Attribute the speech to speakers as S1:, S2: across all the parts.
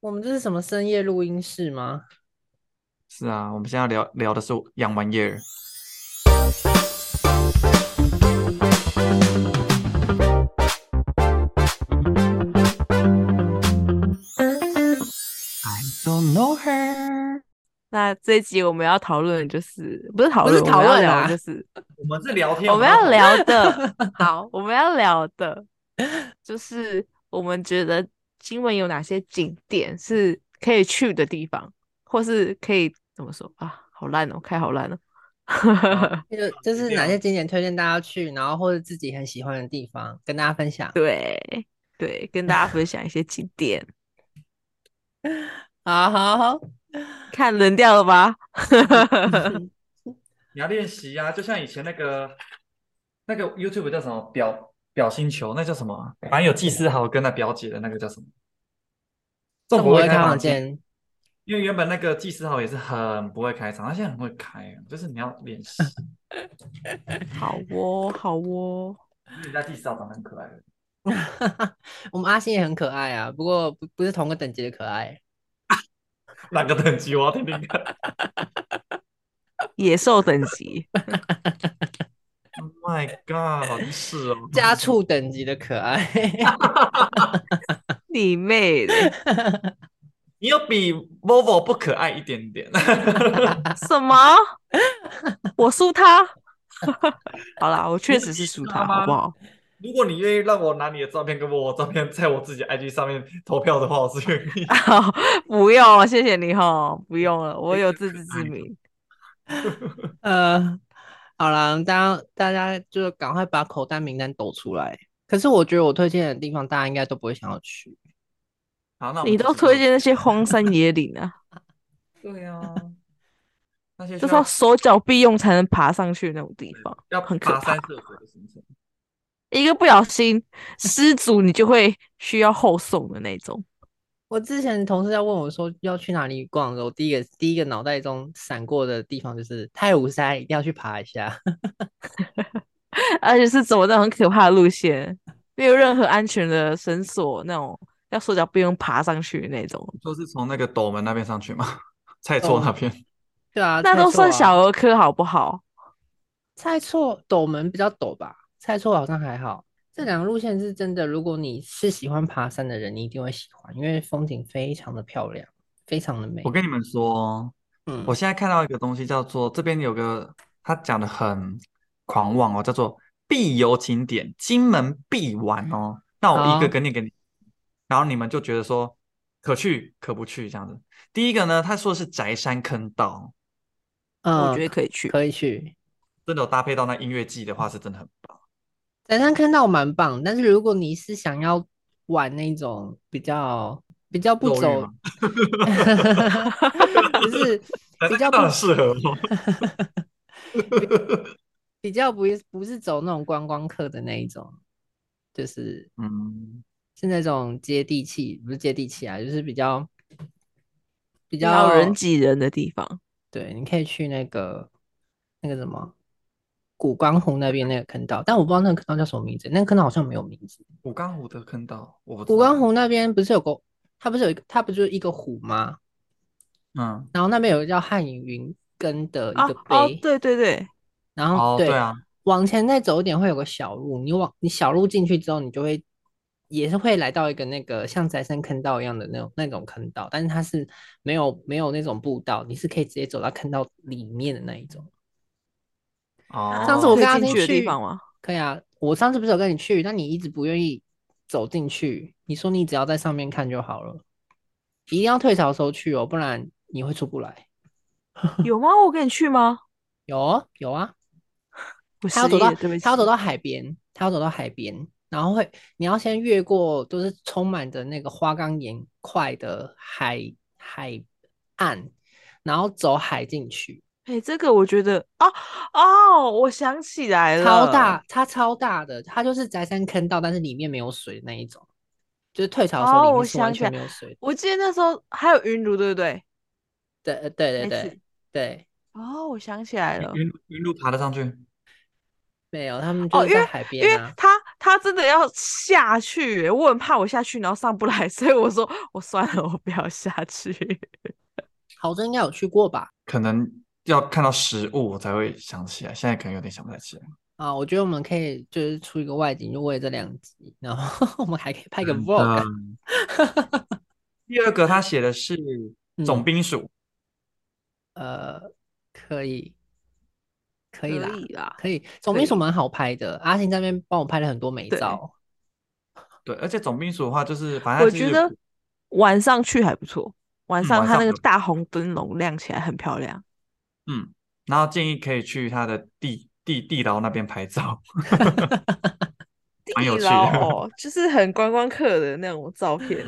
S1: 我们这是什么深夜录音室吗？
S2: 是啊，我们现在聊聊的是养玩意儿。I don't know her。
S3: 那这一集我们要讨论的就是不是讨论，
S1: 不是讨
S3: 我
S1: 论
S3: 们要
S1: 啊
S3: 聊的就是
S2: 我们是聊天，
S3: 我们要聊的，好，我们要聊 的，就是我们觉得金门有哪些景点是可以去的地方，或是可以怎么说啊？好烂哦，开好烂哦。
S1: 那个就是
S2: 这样
S1: 哪些景点推荐大家去，然后或者自己很喜欢的地方，跟大家分享。
S3: 对对，跟大家分享一些景点，
S1: 好好好，
S3: 看冷掉了吧？
S2: 你要练习啊，就像以前那个那个 YouTube 叫什么表表星球，那叫什么啊？反正有技师豪跟那表姐的那个叫什么？
S1: 这
S2: 众
S1: 不
S2: 不
S1: 会
S2: 会
S1: 开房
S2: 房间。
S1: 间，
S2: 因为原本那个技师号也是很不会开场，他现在很会开啊，就是你要练习。
S3: 好哦，好哦，
S2: 因为人家技师号长得很可爱的，
S1: 我们阿星也很可爱啊，不过不不是同个等级的可爱。
S2: 哪个等级我要听 听看。
S3: 野兽等级，
S2: Oh my god，好是哦，
S1: 家畜等级的可爱，
S3: 你妹的！
S2: 你有比 Vovo 不可爱一点点。
S3: 什么？我输他？ 好啦，我确实是输他，好不好？
S2: 如果你愿意让我拿你的照片跟 Vovo 照片在我自己 IG 上面投票的话，我是愿意。
S3: 不用了，谢谢你哈，不用了，我有自知之明。
S1: 呃，好啦，大家大家就赶快把口袋名单抖出来。可是我觉得我推荐的地方，大家应该都不会想要去。
S2: 好，那我们
S3: 你
S2: 继
S3: 都
S2: 续
S3: 推荐那些荒山野岭啊，
S2: 对啊，那些
S3: 就是
S2: 需
S3: 要
S2: 要
S3: 手脚并用才能爬上去的那种地方，
S2: 要
S3: 很可
S2: 跋山
S3: 怕。
S2: 涉水的行程。
S3: 一个不小心失足，你就会需要后送的那种。
S1: 我之前同事在问我说要去哪里逛的时候，我第一个第一个脑袋中闪过的地方就是太武山，一定要去爬一下。
S3: 而且是走那种很可怕的路线，没有任何安全的绳索，那种要手脚并用爬上去的那种。
S2: 说是从那个斗门那边上去吗？
S3: 哦
S2: 蔡厝那边。
S1: 对啊，
S3: 那
S1: 蔡厝
S3: 都
S1: 啊
S3: 算小儿科好不好？
S1: 蔡厝斗门比较陡吧，蔡厝好像还好。这两个路线是真的，如果你是喜欢爬山的人，你一定会喜欢，因为风景非常的漂亮，非常的美
S2: 我。跟你们说，哦
S1: 嗯
S2: 我现在看到一个东西叫做这边有个他讲的很狂妄哦，叫做必游景点金门必玩哦。那我一
S1: 好
S2: 个跟你给你，然后你们就觉得说可去可不去这样子。第一个呢，他说的是宅山坑道，
S1: 嗯，
S3: 我觉得可以去。
S1: 可以去。
S2: 真的有搭配到那音乐季的话，是真的很棒。
S1: 宅山坑道蛮棒，但是如果你是想要玩那种比较比较不
S2: 肉欲
S1: 走
S2: 吗，
S1: 不是
S2: 宅
S1: 比
S2: 山
S1: 较
S2: 坑
S1: 不
S2: 道很 适合哦。
S1: 比较不是不是走那种观光客的那一种，就是
S2: 嗯，
S1: 是那种接地气，不是接地气啊，就是比较比
S3: 比较
S1: 较
S3: 人挤人的地方，
S1: 对，你可以去那个那个什么古关湖那边那个坑道，但我不知道那个坑道叫什么名字，那个坑道好像没有名字。
S2: 古冈湖的坑道，我不知
S1: 古
S2: 道
S1: 关，湖那边不是有个，它不是有一个，它不就是一个湖吗？
S2: 嗯，
S1: 然后那边有一个叫汉影云根的一
S3: 哦
S1: 个碑，
S3: 哦，对对对，
S1: 然后、
S2: 哦，对啊，
S1: 往前再走一点会有个小路，你往你小路进去之后，你就会也是会来到一个那个像宅山坑道一样的那种那种坑道，但是它是没有没有那种步道，你是可以直接走到坑道里面的那一种。
S2: 哦，
S1: 上次我
S3: 可以
S1: 跟阿
S3: 进
S1: 丁
S3: 去的地
S1: 去
S3: 方吗？
S1: 可以啊，我上次不是有跟你去，但你一直不愿意走进去，你说你只要在上面看就好了，一定要退潮的时候去哦，不然你会出不来。
S3: 有吗？我跟你去吗？
S1: 有哦有啊，
S3: 不
S1: 他要走到
S3: 对不起，
S1: 他要走到海边，他要走到海边，然后会你要先越过都是充满着那个花岗岩块的海海岸，然后走海进去，
S3: 哎，这个我觉得哦哦，我想起来了，
S1: 超大，它超大的，它就是宅山坑道，但是里面没有水那一种，就是退潮的时候
S3: 哦
S1: 里面
S3: 我
S1: 是完
S3: 想起
S1: 全
S3: 来
S1: 没有水的。
S3: 我记得那时候还有云庐，对不对？
S1: 对呃对对
S3: 那
S1: 对
S3: 次
S1: 对，
S3: 哦，我想起来了，
S2: 云云路爬得上去。
S1: 没有，他们
S3: 哦
S1: 就是
S3: 因
S1: 在
S3: 为
S1: 海
S3: 因为
S1: 边啊，
S3: 它它他真的要下去耶，我很怕我下去然后上不来，所以我说我算了，我不要下去。
S1: 豪州应该有去过吧？
S2: 可能要看到食物我才会想起来，现在可能有点想不太起来。
S1: 啊，我觉得我们可以就是出一个外景，就为了这两集，然后 我们还可以拍个
S2: 嗯
S3: 哦啊
S1: vlog。
S2: 第二个他写的是总
S1: 嗯
S2: 兵署，
S1: 呃，可以，可以啦，
S3: 以啦，
S1: 可以。总
S3: 可
S1: 兵署
S3: 以
S1: 蛮好拍的，阿信在那边帮我拍了很多美
S3: 对
S1: 照。
S2: 对，而且总兵署的话就是反正
S3: 我
S2: 它
S3: 觉
S2: 啊就是
S3: 得晚上去还不错，晚
S2: 嗯
S3: 上
S2: 晚
S3: 它
S2: 上
S3: 那个
S2: 有
S3: 大红灯笼亮起来很漂亮。
S2: 嗯，然后建议可以去他的地地地牢那边拍照， 蛮有
S3: 地
S2: 趣
S3: 牢
S2: 的。
S3: 哦，就是很观光客的那种照片。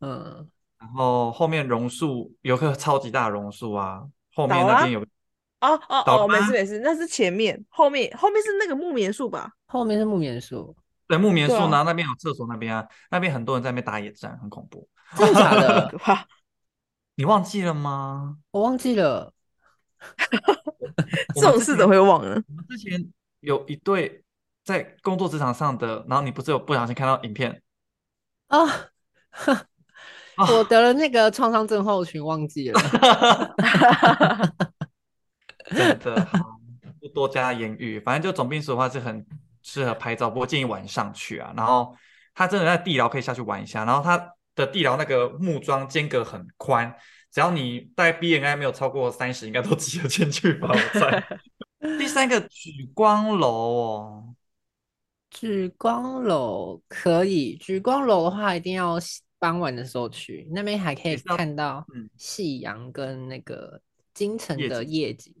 S1: 嗯，
S2: 然后后面榕树有棵超级大的榕树啊，后面
S3: 倒
S2: 那
S3: 啦
S2: 边有
S3: 哦哦
S2: 倒
S3: 哦，没
S2: 吗
S3: 事没事，那是前面，后面后面是那个木棉树吧？
S1: 后面是木棉树，
S2: 对木棉树，
S3: 对啊
S2: 然后那边有厕所，那边啊，那边很多人在那边打野战，很恐怖。
S1: 真的
S2: 呃
S1: 假
S3: 很
S1: 的？
S3: 可怕。
S2: 你忘记了 吗？
S1: 我忘记了。
S2: 我们
S3: 这
S2: 之
S3: 种事
S2: 前
S3: 怎么会忘了？
S2: 我们之前有一对在工作职场上的，然后你不是有不小心看到 影片
S1: 啊，
S2: 啊？
S1: 我得了那个创伤症候群，忘记了。
S2: 真的好，不多加言语。反正就总兵署的话是很适合拍照，不过建议晚上去啊。然后它真的在地牢可以下去玩一下，然后它的地牢那个木桩间隔很宽，只要你大概 B N I 没有超过三十，应该都挤得进去吧？我猜。 第三个举光楼哦，
S1: 举光楼可以，举光楼的话一定要夕傍晚的时候去，那边还可以
S2: 也是要
S1: 看到
S2: 嗯
S1: 夕阳跟那个京城
S2: 夜
S1: 的
S2: 景
S1: 夜景，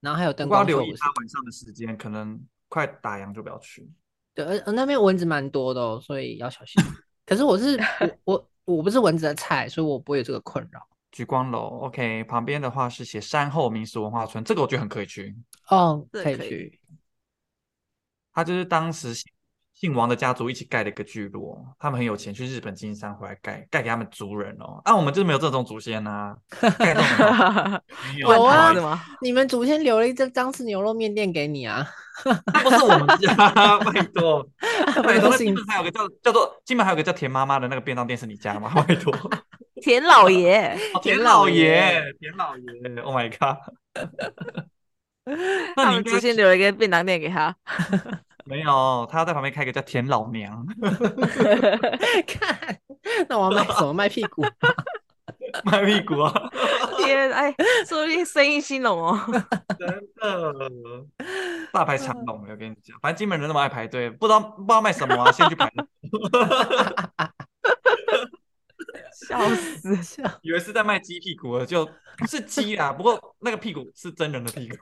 S1: 然后还有
S2: 不
S1: 灯
S2: 过要
S1: 光
S2: 留
S1: 秀
S2: 意
S1: 不是
S2: 它？晚上的时间，可能快打烊就不要去。
S1: 对，而而那边蚊子蛮多的哦，所以要小 心。可是我是我我我不是蚊子的菜，所以我不会有这个困扰。
S2: 举光楼，OK，旁边的话是写山后民俗文化村，这个我觉得很可以去。
S1: 哦，
S3: 这
S1: 可以
S3: 可以
S1: 去，
S2: 他就是当时姓姓王的家族一起盖的一个聚落，他们很有钱，去日本经商回来盖，盖给他们族人哦。啊，我们就是没有这种祖先啊，盖这种很好没有
S1: 有
S2: 不好
S1: 啊
S2: 意
S3: 的
S2: 思
S3: 吗？
S1: 你们祖先留了一张张氏牛肉面店给你啊，
S2: 那不是我们家， 拜托，拜托，那
S1: 姓
S2: 金门还有个叫叫做金门还有个叫田妈妈的那个便当店是你家吗？拜 托，哦
S3: 田老爷，
S1: 田
S2: 田
S1: 老
S2: 老
S1: 爷
S2: 爷，田老爷，Oh my god！那
S3: 他
S2: 你应
S3: 们
S2: 该
S3: 祖先留了一个便当店 给他。
S2: 没有，他要在旁边开一个叫田老娘，
S1: 看，那我要卖什么？卖屁股？
S2: 卖屁股啊，
S3: 天，哎，说不定生意兴隆哦。
S2: 真的大排长龙，我跟你讲，反正金门人那么爱排队，不知道不知道卖什么啊，先去排，
S3: 笑死！
S1: 笑
S2: 以为是在卖鸡屁股了，就不是鸡啦，不过那个屁股是真人的屁股。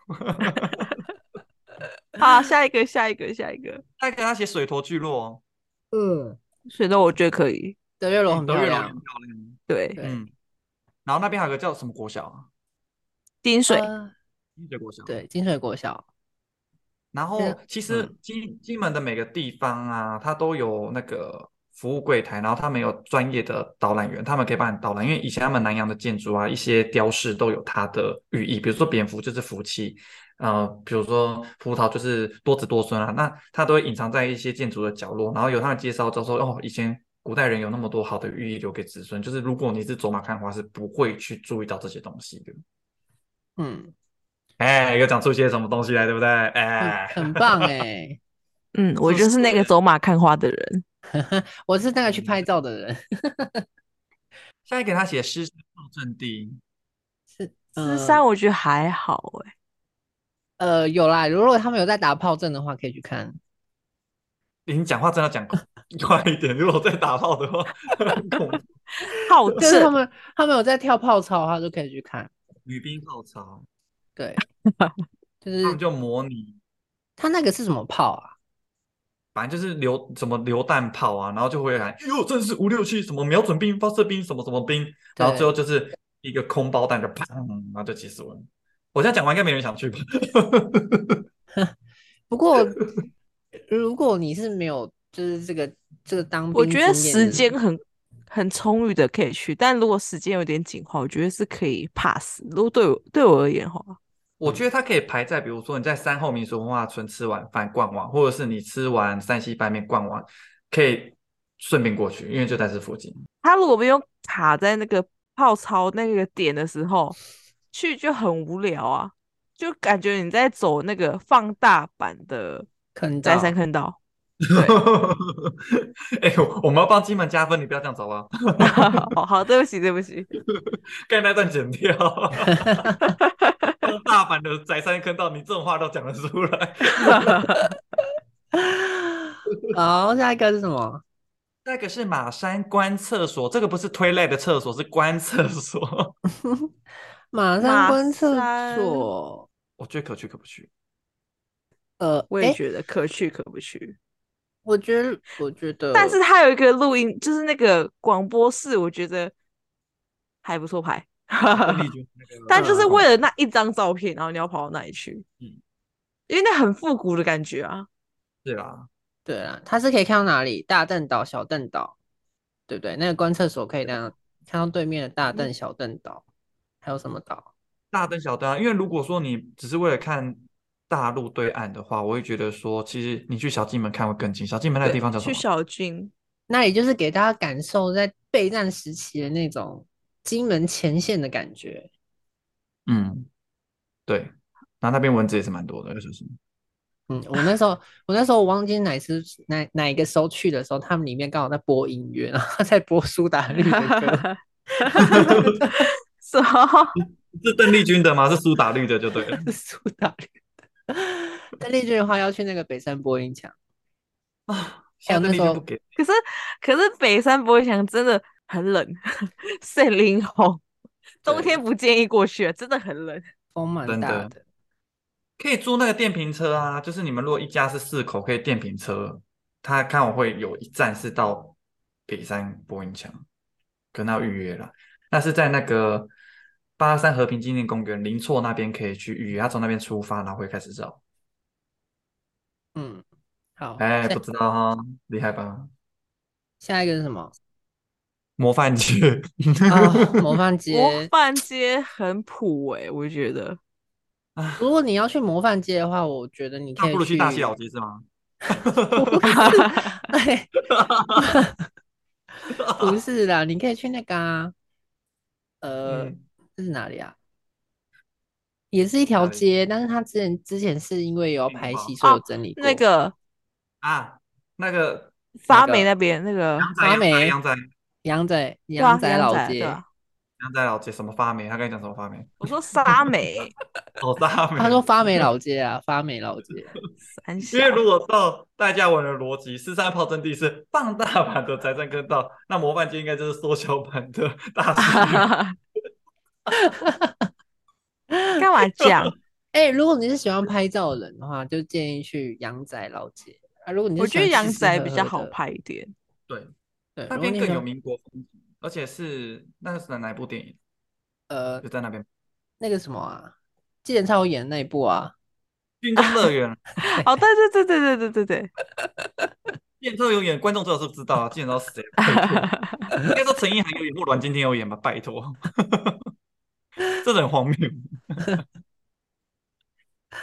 S3: 好，下一个，下一个，下一个。
S2: 再跟他写水陀聚落，哦
S1: 嗯，
S3: 水豆我觉得可以，
S1: 德月楼很
S2: 哎德
S1: 漂
S2: 嗯月楼
S1: 亮
S2: 很。漂亮，
S3: 对，
S1: 对
S2: 嗯，然后那边还有个叫什么国小啊，
S3: 金水
S1: 呃
S2: 清水国小，
S1: 对，金水国小，
S2: 然后
S1: 是
S2: 其实
S1: 嗯
S2: 金金门的每个地方啊，它都有那个服务柜台，然后他们有专业的导览员，他们可以帮你导览。因为以前他们南洋的建筑啊，一些雕饰都有它的寓意，比如说蝙蝠就是福气，呃，比如说葡萄就是多子多孙啊，那它都会隐藏在一些建筑的角落，然后有它的介绍，就说哦，以前古代人有那么多好的寓意留给子孙，就是如果你是走马看花，是不会去注意到这些东西的。
S1: 嗯，
S2: 哎，又讲出一些什么东西来，对不对？哎
S1: 很，很棒 哎，
S3: 嗯，我
S2: 是
S3: 就是那个走马看花的人。
S1: 我是那个去拍照的人，
S2: 现在给他写诗造阵地，
S1: 是
S3: 芝
S1: 呃
S3: 山我觉得还好哎，
S1: 呃有啦，如果他们有在打炮阵的话，可以去看。
S2: 你讲话真的讲快 一点，如果再打炮的话，很恐怖。
S3: 好
S1: 就是他
S3: 正，
S1: 们他们有在跳炮操的话，就可以去看。
S2: 女兵号槽，
S1: 对，就是
S2: 他们就模拟，
S1: 他那个是什么炮啊？
S2: 反正就是榴什么榴弹炮啊，然后就会喊哟，真是五六七什么瞄准兵、发射兵什么什么兵，然后最后就是一个空包弹就砰，然后就气死我了。我现在讲完应该没人想去吧？
S1: 不过如果你是没有就是这个这个当兵，
S3: 我觉得时间很很充裕的可以去，但如果时间有点紧的话，我觉得是可以 pass。如果对我对我而言的话，
S2: 我觉得它可以排在，比如说你在三后民俗文化村吃完饭逛完，或者是你吃完山西拌面逛完，可以顺便过去，因为就在这附近。
S3: 他如果没有卡在那个泡槽那个点的时候去，就很无聊啊，就感觉你在走那个放大版的
S1: 坑
S3: 在
S1: 道，
S3: 山坑道。
S2: 哎、我我们要帮金门加分，你不要这样走啊！
S3: 好好，对不起，对不起，
S2: 刚才那段剪 掉。大阪的宅山坑道，你这种话都讲得出来。
S1: 好，下一个是什么？
S2: 那个是马山观厕所，这个不是推类的厕所，是观厕所。
S1: 马
S3: 马
S1: 上关厕
S3: 山
S1: 所。
S2: 我觉得可去可不去。
S1: 呃，
S3: 我也
S1: 诶
S3: 觉得可去可不去。
S1: 我觉得，我觉得，
S2: 呃
S3: 但是它有一个录音，就是那个广播室，我觉得还不错拍。
S2: 丽君那个
S3: 但就是为
S2: 嗯
S3: 了那一张照片，然后你要跑到那里去，
S2: 嗯
S3: 因为那很复古的感觉啊。
S2: 是啦，
S1: 对啦，它是可以看到哪里？大邓岛、小邓岛，对不对？那个观测所可以看到看到对面的
S3: 嗯
S1: 大邓、小邓岛，还有什么岛？
S2: 大灯小灯啊，因为如果说你只是为了看大陆对岸的话，我会觉得说，其实你去小金门看会更近。小金门那个地方叫什
S3: 去
S2: 么？
S3: 小郡，
S1: 那也就是给大家感受在备战时期的那种金门前线的感觉。
S2: 嗯，对。然后那边蚊子也是蛮多的，就是
S1: 嗯，我那时候，我那时候我忘记哪次哪哪一个时候去的时候，他们里面刚好在播音乐，然后在播苏打绿的 歌。
S3: 什么？
S2: 嗯是邓丽君的吗？是苏打绿的就 对了。
S1: 苏打绿的。但丽君的话要去那个北山播音墙，
S2: 啊，
S1: 还有哎那
S2: 邓丽
S1: 时
S2: 君
S1: 候
S2: 不给
S3: 可是可是北山博翔真的很冷， 森林红，冬
S1: 对
S3: 天不建议过去，啊真的很冷。
S1: 风蛮
S2: 真
S1: 大
S2: 的
S1: 的。
S2: 可以租那个电瓶车啊，就是你们如果一家是四口，可以电瓶车。他看我会有一站是到北山播音墙，跟他预约了。那是在那个八三和平纪念公园林厝那边可以去预约，他从那边出发，然后会开始绕。
S1: 嗯，好，
S2: 哎，
S1: 下
S2: 不知道哈，厉害吧？
S1: 下一个是什么？
S2: 模范街，
S1: 啊，模范
S3: 模
S1: 街。
S3: 范街很普哎、我觉得
S1: 如果你要去模范街的话，我觉得你
S2: 那
S1: 可以
S2: 不如去大 溪老
S1: 小
S2: 街是吗？
S1: 街。不是啦，你可以去那个啊，呃，
S2: 嗯
S1: 这是哪里啊？也是一条
S2: 哪里
S1: 街，但是它之前之前是因为有要
S2: 那个
S1: 拍
S2: 吗
S1: 戏，所以有
S3: 哦
S1: 整理过。
S3: 那个
S2: 啊，那个
S3: 发
S1: 个
S3: 霉那边那个
S2: 羊仔，
S1: 发
S2: 羊仔，
S1: 霉
S2: 羊仔，
S1: 羊仔羊
S3: 对啊
S1: 仔
S3: 羊
S1: 老
S3: 仔对
S1: 街，
S3: 啊
S2: 羊仔老街什么发霉？他跟你讲什么发霉？
S3: 我说沙 美
S2: 哦，发 霉。
S1: 他 说发霉老街啊，发霉老街。
S3: 三小
S2: 因，为 如果照戴嘉文的逻辑，四三炮阵地是放大版的财政坑道，那模范街应该就是缩小版的 大溪。
S3: 干嘛讲？
S1: 哎、如果你是喜欢拍照的人的话，就建议去羊仔老街啊。如果你是
S3: 我
S1: 喜
S3: 觉
S1: 欢
S3: 得羊
S1: 吃吃
S3: 仔
S1: 喝
S3: 比较
S1: 喝
S3: 好
S1: 的，
S3: 拍一点。
S2: 对，
S1: 对，
S2: 那
S1: 如果
S2: 边
S1: 你
S2: 更
S1: 喜
S2: 有
S1: 欢
S2: 民国风情，而且是那是哪一部电影？
S1: 呃
S2: 就在那 边
S1: 那个什么啊，纪元超有演的那一部啊，
S2: 军中乐园，啊
S3: 哦，对对对对对对对对，
S2: 建州有演，观众知道是不知道啊？建州是 谁？拜托应该说陈意涵有演或阮经天有演吧？拜托，真的很荒谬。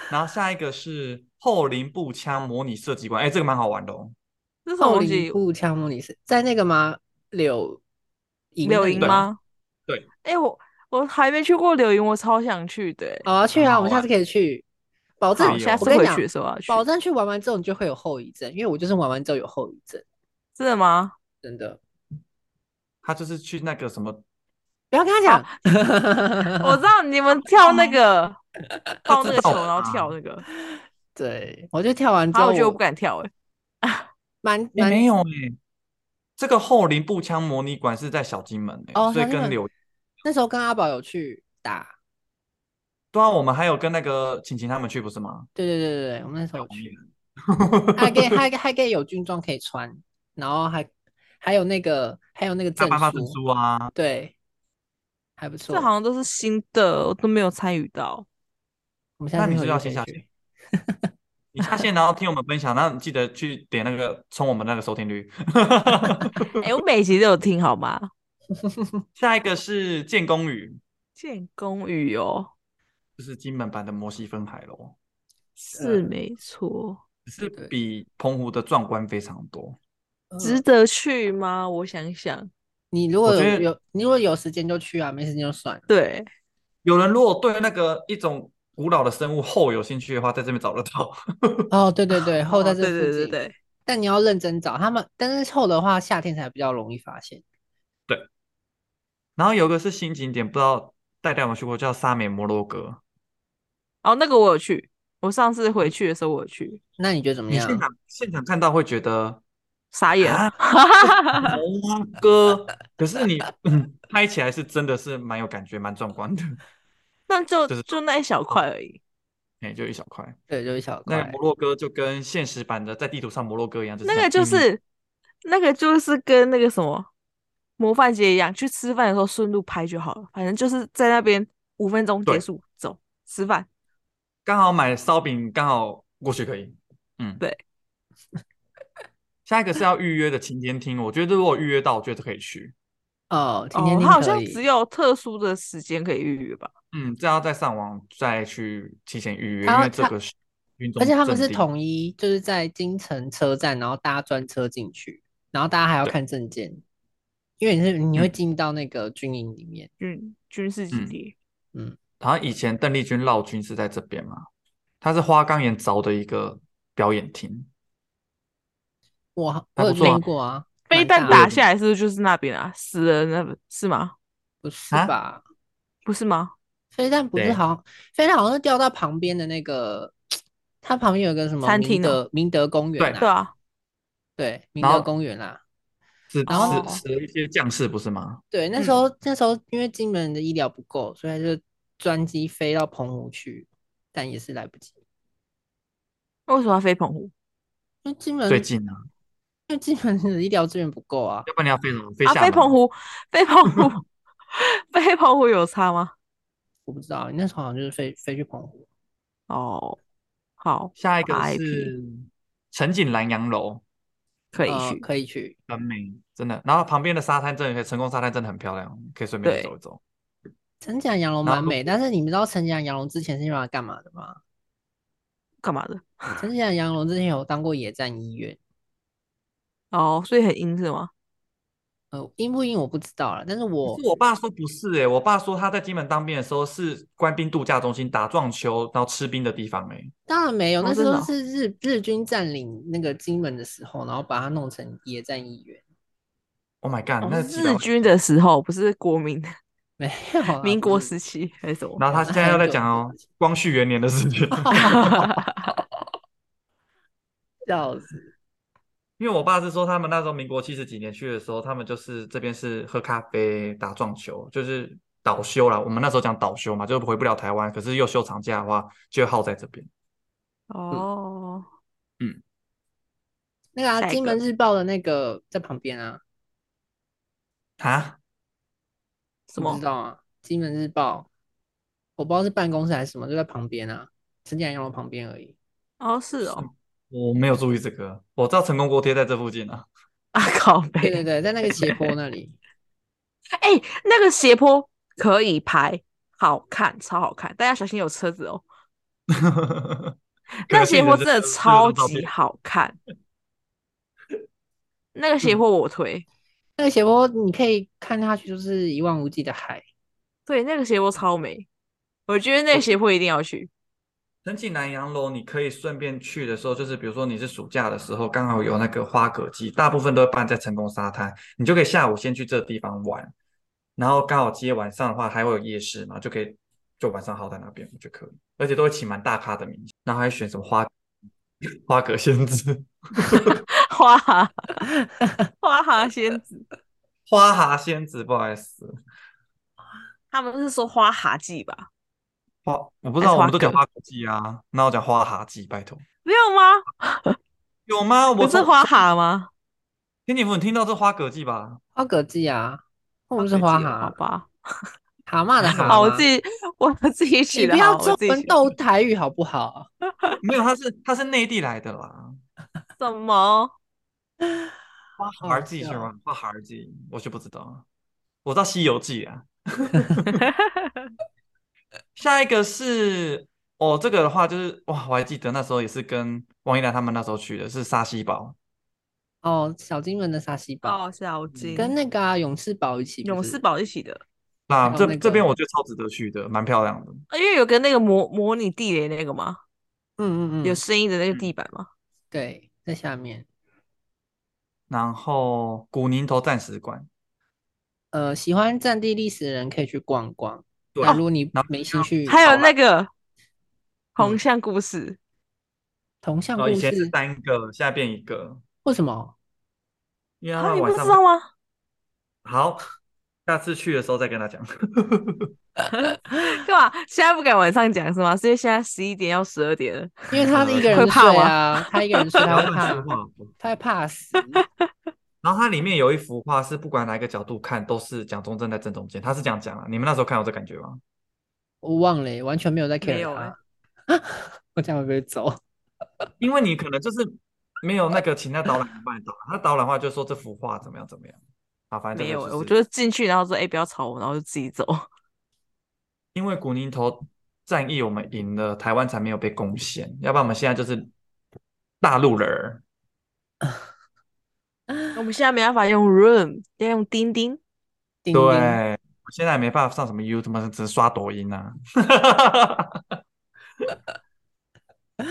S2: 然后下一个是后林步枪模拟射击馆，哎、这个蛮好玩的哦。
S3: 这是什么
S1: 后
S3: 东
S1: 林
S3: 西？
S1: 步枪模拟是在那个吗？柳营
S3: 柳
S1: 那
S3: 营
S1: 里？
S3: 吗？
S2: 对。
S3: 哎、我我还没去过柳营，我超想去的、欸。
S1: 好啊，去啊，我们
S2: 好
S1: 下次可以去，保证
S2: 好啊
S3: 好，啊
S2: 有
S3: 下
S1: 我
S3: 次
S1: 跟你
S3: 回
S1: 讲
S3: 去，的时候要去。
S1: 保证去玩完之后你就会有后遗症，因为我就是玩完之后有后遗症，
S3: 真的吗？
S1: 真的。
S2: 他就是去那个什么
S1: 不要跟
S3: 哦
S1: 他讲，
S3: 我知道你们跳那个抱那
S2: 知
S3: 个球，
S2: 道
S3: 然后
S2: 吧
S3: 跳那个，
S1: 对我就跳完之
S3: 然
S1: 后，
S3: 后我觉得我不敢跳、欸，哎，
S1: 蛮
S2: 也
S1: 蛮
S2: 没有哎、这个后林步枪模拟馆是在小金门哎、
S1: 哦
S2: 所以
S1: 小金
S2: 跟
S1: 门
S2: 柳
S1: 那时候跟阿宝有去打，
S2: 对啊，我们还有跟那个晴晴他们去不 是吗？
S1: 对对对对对，我们那时候有去，还
S2: 还
S1: 可以 还还可以有军装可以穿，然后还还有那个还有那个
S2: 大
S1: 证
S2: 颁发证
S1: 书，
S2: 书啊，
S1: 对，还不错
S3: 这。好像都是新的，我都没有参与 到。
S1: 我们下
S2: 那
S1: 次
S2: 你
S1: 回
S2: 是
S1: 去
S2: 要
S1: 可以
S2: 先下
S1: 去
S2: 线，你下线然后听我们分享，然后你记得去点那个冲我们那个收听率。
S3: 哎、我每集都有听，好吗？
S2: 下一个是建功屿，
S3: 建功屿哦，
S2: 就是金门版的摩西分海喽，
S3: 是
S1: 嗯
S3: 没错。
S2: 只是
S1: 对
S2: 比澎湖的壮观非常多。
S3: 值得去吗？我想想，
S1: 嗯你如果
S2: 我觉
S1: 有
S2: 得
S1: 有，你如果有时间就去啊，没时间就算了。
S3: 对，
S2: 有人如果对那个一种古老的生物后有兴趣的话，在这边找得到。
S1: 哦，对对 对，后
S3: 哦
S1: 在这
S3: 对
S1: 附
S3: 对
S1: 近，
S3: 对对，
S1: 但你要认真找他们，但是后的话夏天才比较容易发现。
S2: 然后有一个是新景点，不知道大家有没有去过，叫沙美摩洛哥。
S3: 哦，那个我有去，我上次回去的时候我有去，
S1: 那你觉得怎么
S2: 你
S1: 样？
S2: 现场现场看到会觉 得
S3: 傻眼，
S2: 啊，摩洛哥，可是你、嗯、拍起来是真的是蛮有感觉，蛮壮观的。
S3: 那就
S2: 就是
S3: 就那一小块而已。
S2: 哎、就一小块。
S1: 对，就一小
S2: 那个
S1: 块
S2: 摩。洛哥就跟现实版的在地图上摩洛哥一样，就是
S3: 那
S2: 这
S1: 啊
S3: 个
S2: 样
S3: 就
S2: 嗯
S3: 是，那个就是跟那个什么模范街一样，去吃饭的时候顺路拍就好了，反正就是在那边五分钟结
S2: 对
S3: 束，走吃饭。
S2: 刚好买烧饼，刚好过去可以。嗯，
S3: 对。
S2: 下一个是要预约的晴天厅，我觉得如果预约到，我觉得可以去。
S1: 哦，今
S3: 哦
S1: 天，你
S3: 它好
S1: 可
S3: 像
S1: 以
S3: 只。有特殊的时间可以预约吧？
S2: 嗯，这要再上网再去提前预约，
S1: 他
S2: 因为这
S1: 他
S2: 个是运动，
S1: 而且他们是统一，就是在京城车站，然后搭专车进去，然后大家还要
S2: 对
S1: 看证件，因为你是你会
S2: 嗯
S1: 进到那个军营里面。
S3: 军军事基
S2: 嗯
S3: 地，
S2: 好像以前邓丽君绕军是在这边嘛，它是花岗岩凿的一个表演厅。
S1: 哇，我
S2: 还
S1: 有
S2: 不错啊
S1: 听过啊，
S3: 飞
S1: 蛮
S3: 弹
S1: 大
S3: 打
S1: 的
S3: 下来是不是就是那边啊？死了那个是吗？
S1: 不是
S2: 啊
S1: 吧？
S3: 不是吗？
S1: 飞弹不是
S2: 对
S1: 好像飞弹好像是掉到旁边的那个，它旁边有个什么
S3: 餐
S1: 明
S3: 厅哦
S1: 德明德公园
S2: 对
S1: 啊，
S3: 对啊，
S1: 对，明
S2: 然
S1: 德
S2: 后
S1: 公园啊啦。
S2: 死
S1: 然后
S2: 死死了一些将士，不是吗？
S1: 对，那时
S3: 嗯
S1: 候那时候因为金门的医疗不够，所以他就专机飞到澎湖去，但也是来不及，
S3: 那为什么要飞澎湖？
S1: 因为金门
S2: 最近啊，
S1: 因为金门的医疗资源不够啊。
S2: 要不然你要飞什么？飞
S3: 啊，
S2: 厦
S3: 飞
S2: 门？
S3: 澎湖，飞澎湖， 飞澎湖有差吗？
S1: 我不知道，那时候好像就是飞飞去澎湖。
S3: 哦，好，
S2: 下一个
S3: RIP
S2: 是陈景南洋楼，
S3: 可以
S1: 呃，
S3: 去。
S1: 可以去。
S2: 很美，真的。然后旁边的沙滩真的，成功沙滩真的很漂亮，可以顺便
S3: 对
S2: 去走一走。
S1: 陈甲羊绒
S2: 然
S1: 蛮
S2: 后
S1: 美，但是你们知道陈甲羊绒之前是用来干嘛的吗？
S3: 干嘛的？
S1: 陈甲羊绒之前有当过野战医院，
S3: 哦，所以很阴是吗？
S1: 呃，应不应我不知道了，但是
S2: 可
S1: 我
S2: 是我爸说不是诶、我爸说他在金门当兵的时候是官兵度假中心打撞球，然后吃冰的地方诶、欸
S1: 当然没有，
S3: 哦
S1: 那时
S3: 真的
S1: 候
S3: 哦
S1: 是日日军占领那个金门的时候，然后把它弄成野战医院，
S2: Oh my
S3: 哦
S2: god，那
S3: 是
S2: 几百
S3: 日
S2: 万
S3: 军的时候，不是国民
S1: 啊
S3: 的
S1: 没有啦
S3: 民国
S1: 不是
S3: 时期还是什么？
S2: 然后他现在要在讲 哦，光绪元年的事情。
S1: 笑死，
S2: 因为我爸是说，他们那时候民国七十几年去的时候，他们就是这边是喝咖啡、打撞球，就是倒休啦。我们那时候讲倒休嘛，就是回不了台湾，可是又休长假的话，就会耗在这边。
S3: 哦，
S1: 那个啊
S3: 下一
S1: 金
S3: 个
S1: 门日报的那个在旁边啊，
S2: 啊，
S3: 什
S1: 你不知
S3: 么？
S1: 道啊？金门日报，我不知道是办公室还是什么，就在旁边啊，陈甲羊绒旁边 而已。
S3: 哦，是
S2: 是
S3: 哦，
S2: 我没有注意这个，我知道成功锅贴在这附近啊。
S3: 啊靠
S1: 对对
S3: 背，
S1: 对，在那个斜坡那里，
S3: 哎，那个斜坡可以拍，好看，超好看，但要小心有车子 哦。 那
S2: 可
S3: 斜
S2: 惜
S3: 坡
S2: 人
S3: 真的
S2: 生
S3: 超
S2: 这张照
S3: 级
S2: 片
S3: 好看， 那个斜
S2: 嗯
S3: 坡我推，
S1: 那个斜坡你可以看下去就是一望无际的海。
S3: 对，那个斜坡超美，我觉得那
S1: 哦
S3: 个斜坡一定要去。
S2: 陈景南洋楼，你可以顺便去的时候，就是比如说你是暑假的时候，刚好有那个花蛤季，大部分都会办在成功沙滩，你就可以下午先去这地方玩，然后刚好接晚上的话还会有夜市嘛，就可以就晚上耗在那边就可以，而且都会请蛮大咖的明星，然后还选什么花花蛤仙子、
S3: 花蛤，花蛤仙子，
S2: 花蛤仙子，不好意思，
S3: 他们是说花蛤季吧？
S2: 花我不知道，
S3: 还是
S2: 我们都讲
S3: 花
S2: 花蛤季啊，那我讲花蛤季，拜托，
S3: 没有吗？
S2: 有吗？我
S3: 不是
S2: 说
S3: 花蛤吗？
S2: 天姐夫，你听到这花蛤季吧？
S1: 花蛤季啊，或者
S2: 花
S1: 是
S2: 蛤
S1: 花
S2: 季啊
S1: 蛤
S3: 好，吧，
S1: 蛤蟆的蛤
S3: 哦好，我
S1: 吗
S3: 自己我自己
S1: 你
S3: 取
S1: 不
S3: 的，
S1: 要
S3: 好， 我
S1: 中
S3: 自己
S1: 文
S3: 取的。
S1: 斗台语好不啊好？
S2: 没有，他是他是内地来的啦。
S3: 什么？
S2: 花
S1: 好
S2: 儿记是
S1: 笑
S2: 吗？花儿记我就不知道了，我知道《西游记》啊。 下一个是哦，这个的话就是哇，我还记得那时候也是跟王一达他们那时候去的，是沙西堡。
S1: 哦，小金人的沙西堡、
S3: 哦，小金
S1: 跟那个、啊、勇士堡一起，
S3: 勇士堡一起的，
S2: 那、
S1: 还有
S2: 这、
S1: 那
S2: 这
S1: 个
S2: 边我觉得超值得去的，蛮漂亮的。
S3: 啊因为有个那个模模拟地雷那个吗？
S1: 嗯嗯嗯，
S3: 有声音的那个
S2: 嗯
S3: 地板吗？
S1: 对，在下面，
S2: 然后古宁头战史馆，
S1: 呃，喜欢战地历史的人可以去逛逛。
S2: 对
S1: 那如果你
S2: 然后
S1: 没兴趣，
S3: 还有
S2: 好
S3: 那个红
S1: 嗯
S3: 象故事，
S1: 铜像
S2: 然
S1: 故
S2: 后以前是
S1: 事，
S2: 三个，现在变一个，
S1: 为什么？
S2: 因为他们
S3: 啊，你不
S2: 晚
S3: 知
S2: 上
S3: 道吗？
S2: 好，下次去的时候再跟他讲。
S3: 干嘛？现在不敢晚上讲是吗？是因为现在十一点要十二点了。
S1: 因为他
S2: 呃
S1: 一 个
S3: 会
S1: 人
S3: 怕
S1: 睡啊，他一个人睡
S2: 不
S1: 他
S2: 要
S1: 会
S2: 乱
S1: 怕，
S2: 说话好不好。
S1: 他会怕死。
S2: 然后它里面有一幅画是不管哪一个角度看都是蒋中正在正中间，他是这样讲啊。你们那时候看有这感觉吗？
S1: 我忘了耶，欸完全没有在 care
S3: 没有欸
S1: 他。 我这样会不会 走？
S2: 因为你可能就是没有那个请那导览员帮你导览，他导览的话就说这幅画怎么样怎么样啊，反正
S3: 没
S2: 这
S3: 有
S2: 个就
S3: 欸、
S2: 是
S3: 我就进去，然后说：“哎、不要吵我。”然后就自己走。
S2: 因为古宁头战役我们赢了，台湾才没有被攻陷，要不然我们现在就是大陆人儿。
S3: 我们现在没办法用 Room，要用钉 钉。
S1: 叮
S2: 对，
S1: 叮，
S2: 我现在也没办法上什么 YouTube，只是刷抖音啊。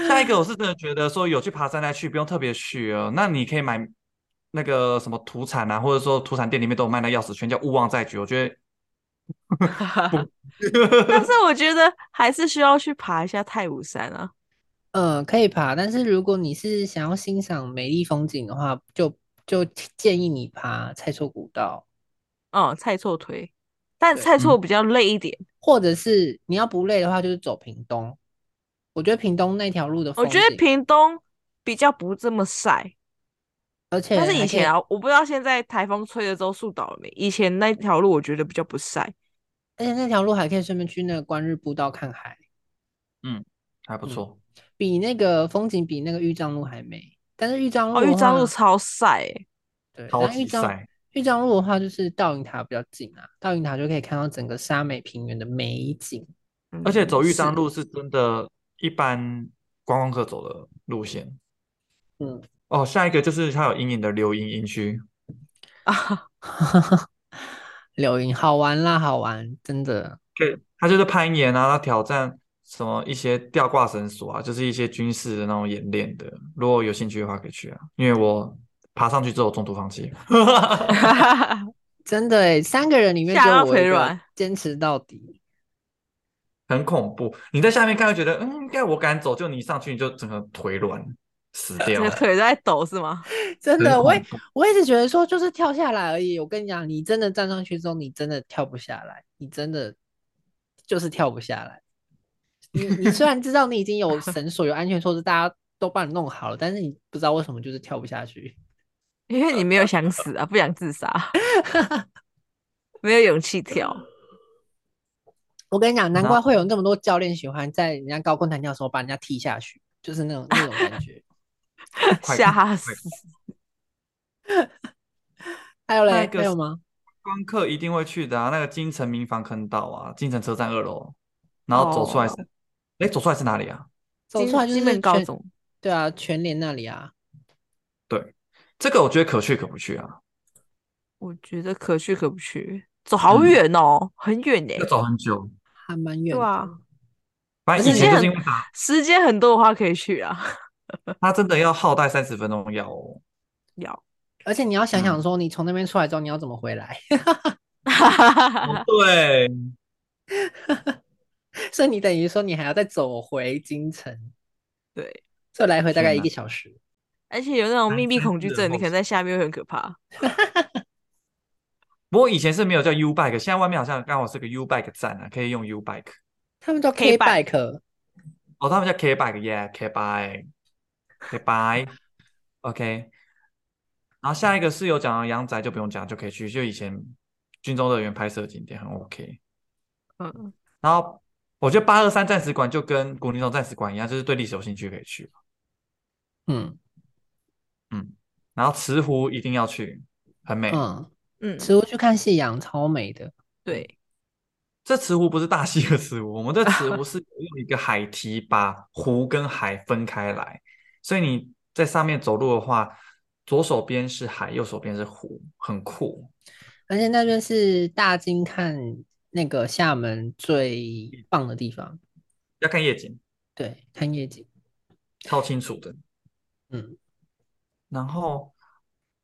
S2: 下一个，我是真的觉得说有去爬山再去，不用特别去哦。那你可以买那个什么土产啊，或者说土产店里面都有卖那钥匙圈，叫勿忘再举。我觉得，
S3: 但是我觉得还是需要去爬一下太武山啊。
S1: 呃，可以爬，但是如果你是想要欣赏美丽风景的话，就就建议你爬蔡厝古道，
S3: 嗯，蔡厝推，但
S1: 对
S3: 蔡厝比较累一点。
S1: 或者是你要不累的话，就是走屏东。我觉得屏东那条路的
S3: 我
S1: 风景，
S3: 觉得屏东比较不这么晒，
S1: 而且
S3: 但是
S1: 还可
S3: 以
S1: 以
S3: 前啊，我不知道现在台风吹了之后树倒了没。以前那条路我觉得比较不晒。
S1: 而且那条路还可以顺便去那个观日步道看海，
S2: 还不错。
S1: 比那个风景比那个玉藏路还美。但是玉藏路
S3: 哦，
S1: 的
S3: 玉章路
S1: 话
S3: 超晒、欸，
S1: 对，
S2: 超
S1: 那玉
S2: 级
S1: 章
S2: 晒
S1: 玉章路的话，就是倒影塔比较近啊，倒影塔就可以看到整个沙美平原的美景。
S2: 而且走
S3: 嗯
S2: 玉
S3: 是
S2: 山 路是真的，一般观光客走的路线。
S1: 嗯，
S2: 哦，下一个就是它有阴影的流音音区，
S3: 啊，
S1: 柳营好玩啦，好玩，真的。
S2: 对，它就是攀岩啊，它挑战什么一些吊挂绳索啊，就是一些军事的那种演练的。如果有兴趣的话，可以去啊，因为我爬上去之后中途放弃。
S1: 真的欸，三个人里面
S3: 吓
S1: 只有
S3: 到
S1: 我一
S3: 腿
S1: 个
S3: 软
S1: 坚持到底。
S2: 很恐怖。你在下面看会觉得，嗯，应该我敢走，就你一上去你就整个腿软死掉
S3: 整个，腿都在抖是吗？
S1: 真
S2: 很
S1: 的，我也
S2: 恐怖
S1: 我一直觉得说就是跳下来而已。我跟你讲，你真的站上去之后，你真的跳不下来，你真的就是跳不下来。你你虽然知道你已经有绳索、有安全措施，大家都帮你弄好了，但是你不知道为什么就是跳不下去。
S3: 因为你没有想死啊，不想自杀， 没有勇气跳。
S1: 我跟你讲，难
S2: 然
S1: 怪会有那么多教练喜欢在人家高空弹跳的时候把人家踢下去，就是那种那种感觉。
S2: 快
S3: 吓
S2: 快
S3: 死！
S1: 还 有
S2: 那
S1: 嘞，
S2: 个
S1: 还有
S2: 是
S1: 吗？
S2: 观光客一定会去的啊，那个金城民房坑道啊，金城车站二楼，然后走出来
S1: 哦
S2: 是，哎、走出来是哪里啊？
S1: 走
S3: 金
S1: 出来就
S3: 金
S1: 是
S3: 门高
S1: 全
S3: 中，
S1: 对啊，全联那里啊，
S2: 这个我觉得可去可不去啊，
S3: 我觉得可去可不去，走好
S2: 嗯
S3: 远哦，很远呢、
S2: 要走很久。
S1: 还蛮远
S3: 对
S1: 的。
S3: 啊，
S2: 反正
S3: 而
S2: 以
S3: 且
S2: 前就
S3: 很
S2: 是因为打，
S3: 时间很多的话可以去啊。
S2: 他真的要耗带三十分钟要哦。
S3: 要，
S1: 而且你要想想
S2: 嗯
S1: 说，你从那边出来之后，你要怎么回来？
S3: 啊
S2: 哦对，
S1: 所以你等于说你还要再走回京城，
S3: 对，
S1: 这来回大概
S2: 天
S1: 一
S2: 哪
S1: 个小时。
S3: 而且有那种
S2: 男
S3: 密闭
S2: 生
S3: 恐惧
S2: 的
S3: 症，你
S2: 后
S3: 可能在下面会很可怕。
S2: 不过以前是没有叫 U Bike，现在外面好像刚好是个 U Bike 站啊，可以用 U Bike。
S1: 他们叫
S3: K
S1: K
S3: bike
S1: bike，
S2: 哦，他们叫 K bike，yeah，K bike，K bike，OK。然后下一个是有讲的阳宅就不用讲，就可以去，就以前军中乐园拍摄的景点很 OK。
S3: 嗯，
S2: 然后我觉得八二三战史馆就跟古宁头战史馆一样，就是对历史有兴趣可以去。
S1: 嗯
S2: 嗯，然后慈湖一定要去，很美。
S1: 嗯，
S3: 嗯，
S1: 植物去看夕阳，超美的。
S3: 对，
S2: 这慈湖不是大溪的慈湖，我们这慈湖 是用一个海堤把湖跟海分开来，所以你在上面走路的话，左手边是海，右手边是湖，很酷。
S1: 而且那边是大金看那个厦门最
S3: 嗯
S1: 棒的地方，
S2: 要看夜景，
S1: 对，看夜景。
S2: 超清楚的。
S1: 嗯，
S2: 然后，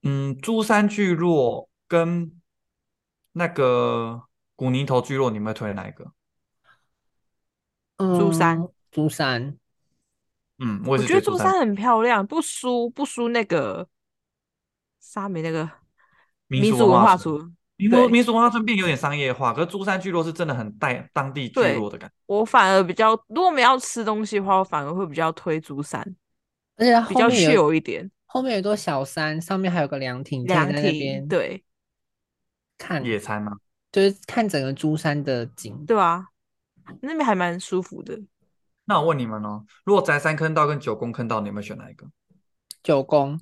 S2: 嗯，珠山聚落跟那个古宁头聚落，你们会推哪一个？
S1: 嗯，
S3: 山
S1: 珠山，
S2: 嗯，我
S3: 我
S2: 也是
S3: 觉得
S2: 珠
S3: 珠
S2: 山
S3: 山很漂亮，不输不输那个沙美那个
S2: 民
S3: 俗文
S2: 化
S3: 化。村。
S2: 民
S3: 对
S2: 俗民俗文化村变有点商业化，可是珠山聚落是真的很带当地聚
S3: 对
S2: 落的感觉。
S3: 我反而比较，如果我们要吃东西的话，我反而会比较推竹山，
S1: 而且它
S3: 比
S1: 后
S3: 较
S1: 面有
S3: chill 一点，
S1: 后面有一座小山，上面还有个凉亭，可以
S3: 凉
S1: 在那边
S3: 亭，对
S1: 看，
S2: 野餐嘛，
S1: 就是看整个珠山的景。
S3: 对啊，那边还蛮舒服的。
S2: 那我问你们哦，如果宅山坑道跟九宫坑道，你们选哪一个？
S1: 九宫，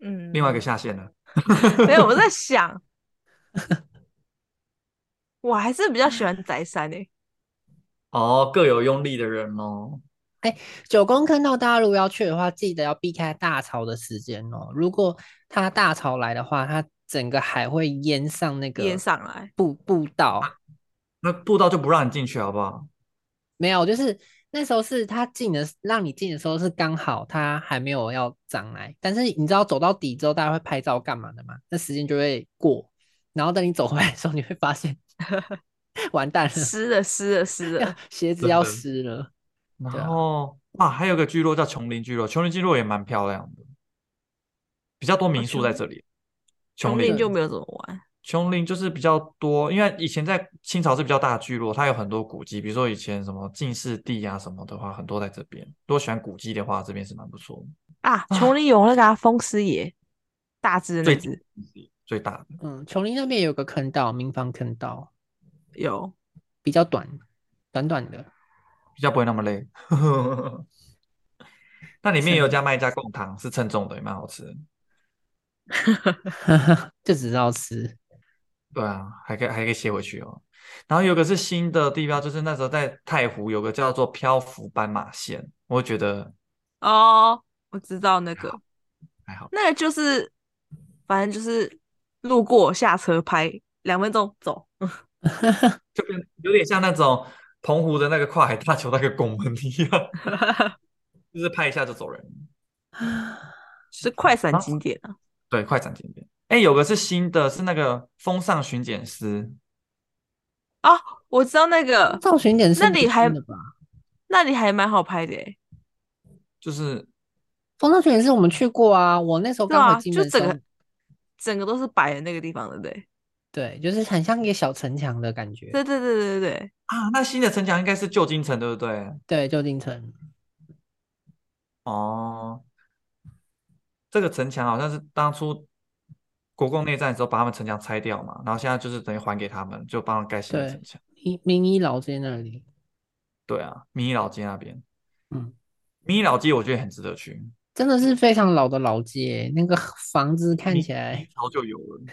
S3: 嗯，
S2: 另外一个下线了，
S3: 没有，我 在想，我还是比较喜欢宅山诶、欸
S2: 哦，各有用力的人哦。
S1: 九宫坑道，大家如果要去的话，记得要避开大潮的时间哦。如果它大潮来的话，它整个海会淹上那个
S3: 淹上来
S1: 步步道。
S2: 那步道就不让你进去好不好？
S1: 没有，就是那时候是它进的，让你进的时候是刚好它还没有要涨来，但是你知道走到底之后，大家会拍照干嘛的嘛？那时间就会过，然后等你走回来的时候，你会发现 完蛋了，
S3: 湿了湿了湿 了，
S1: 鞋子
S2: 真
S1: 要
S2: 的
S1: 湿了。
S2: 然
S1: 对啊
S2: 后啊，还有个聚落叫琼林聚落，琼林聚落也蛮漂亮的，比较多民宿
S3: 哦琼
S2: 在
S3: 林
S2: 这里。
S3: 丛
S2: 林
S3: 林就没有怎么玩。
S2: 琼林就是比较多，因为以前在清朝是比较大的聚落，它有很多古迹，比如说以前什么进士第啊什么的话，很多在这边。如果喜欢古迹的话，这边是蛮不错
S3: 啊，琼林有那个啊风师爷，大只
S2: 的，
S3: 的
S2: 最
S3: 那只
S2: 最大的。
S1: 嗯，琼林那边有个坑道，民房坑道，
S3: 有，
S1: 比较短，短短的。
S2: 比较不会那么累。 那里面有家卖家贡糖，是称重的，也蛮好吃的。
S1: 就只知道吃。
S2: 对啊，还可以还可以写回去哦。然后有个是新的地标，就是那时候在太湖有个叫做漂浮斑马线，我觉得
S3: 哦，我知道那个，
S2: 还好。
S3: 那个就是，反正就是路过下车拍两分钟走，
S2: 就跟有点像那种澎湖的那个跨海大桥那个拱门一样，就是拍一下就走人。
S3: 是快闪
S2: 啊
S3: 景点啊。
S2: 对，快闪景点。哎，有个是新的，是那个风尚巡检司，
S3: 我知道那个
S1: 造型点是
S3: 那里
S1: 不
S3: 还
S1: 新的吧？
S3: 那里还蛮好拍的欸，
S2: 就是
S1: 风筝泉也是我们去过啊，我那时候
S3: 对
S1: 刚
S3: 啊，
S1: 回金
S3: 就
S1: 门的时
S3: 整
S1: 候，
S3: 个整个都是白的那个地方，对不对？
S1: 对，就是很像一个小城墙的感觉。
S3: 对对对对对
S2: 啊，那新的城墙应该是旧金城，对不对？
S1: 对，旧金城。
S2: 哦，这个城墙好像是当初国共内战的时候把他们城墙拆掉嘛，然后现在就是等于还给他们，就帮他们盖新的
S1: 对
S2: 城墙。
S1: 一明一老街那里，
S2: 对啊，民意老街那边，
S1: 嗯，
S2: 民意老街我觉得很值得去，
S1: 真的是非常老的老街，那个房子看
S2: 你
S1: 起来，
S2: 好久有了，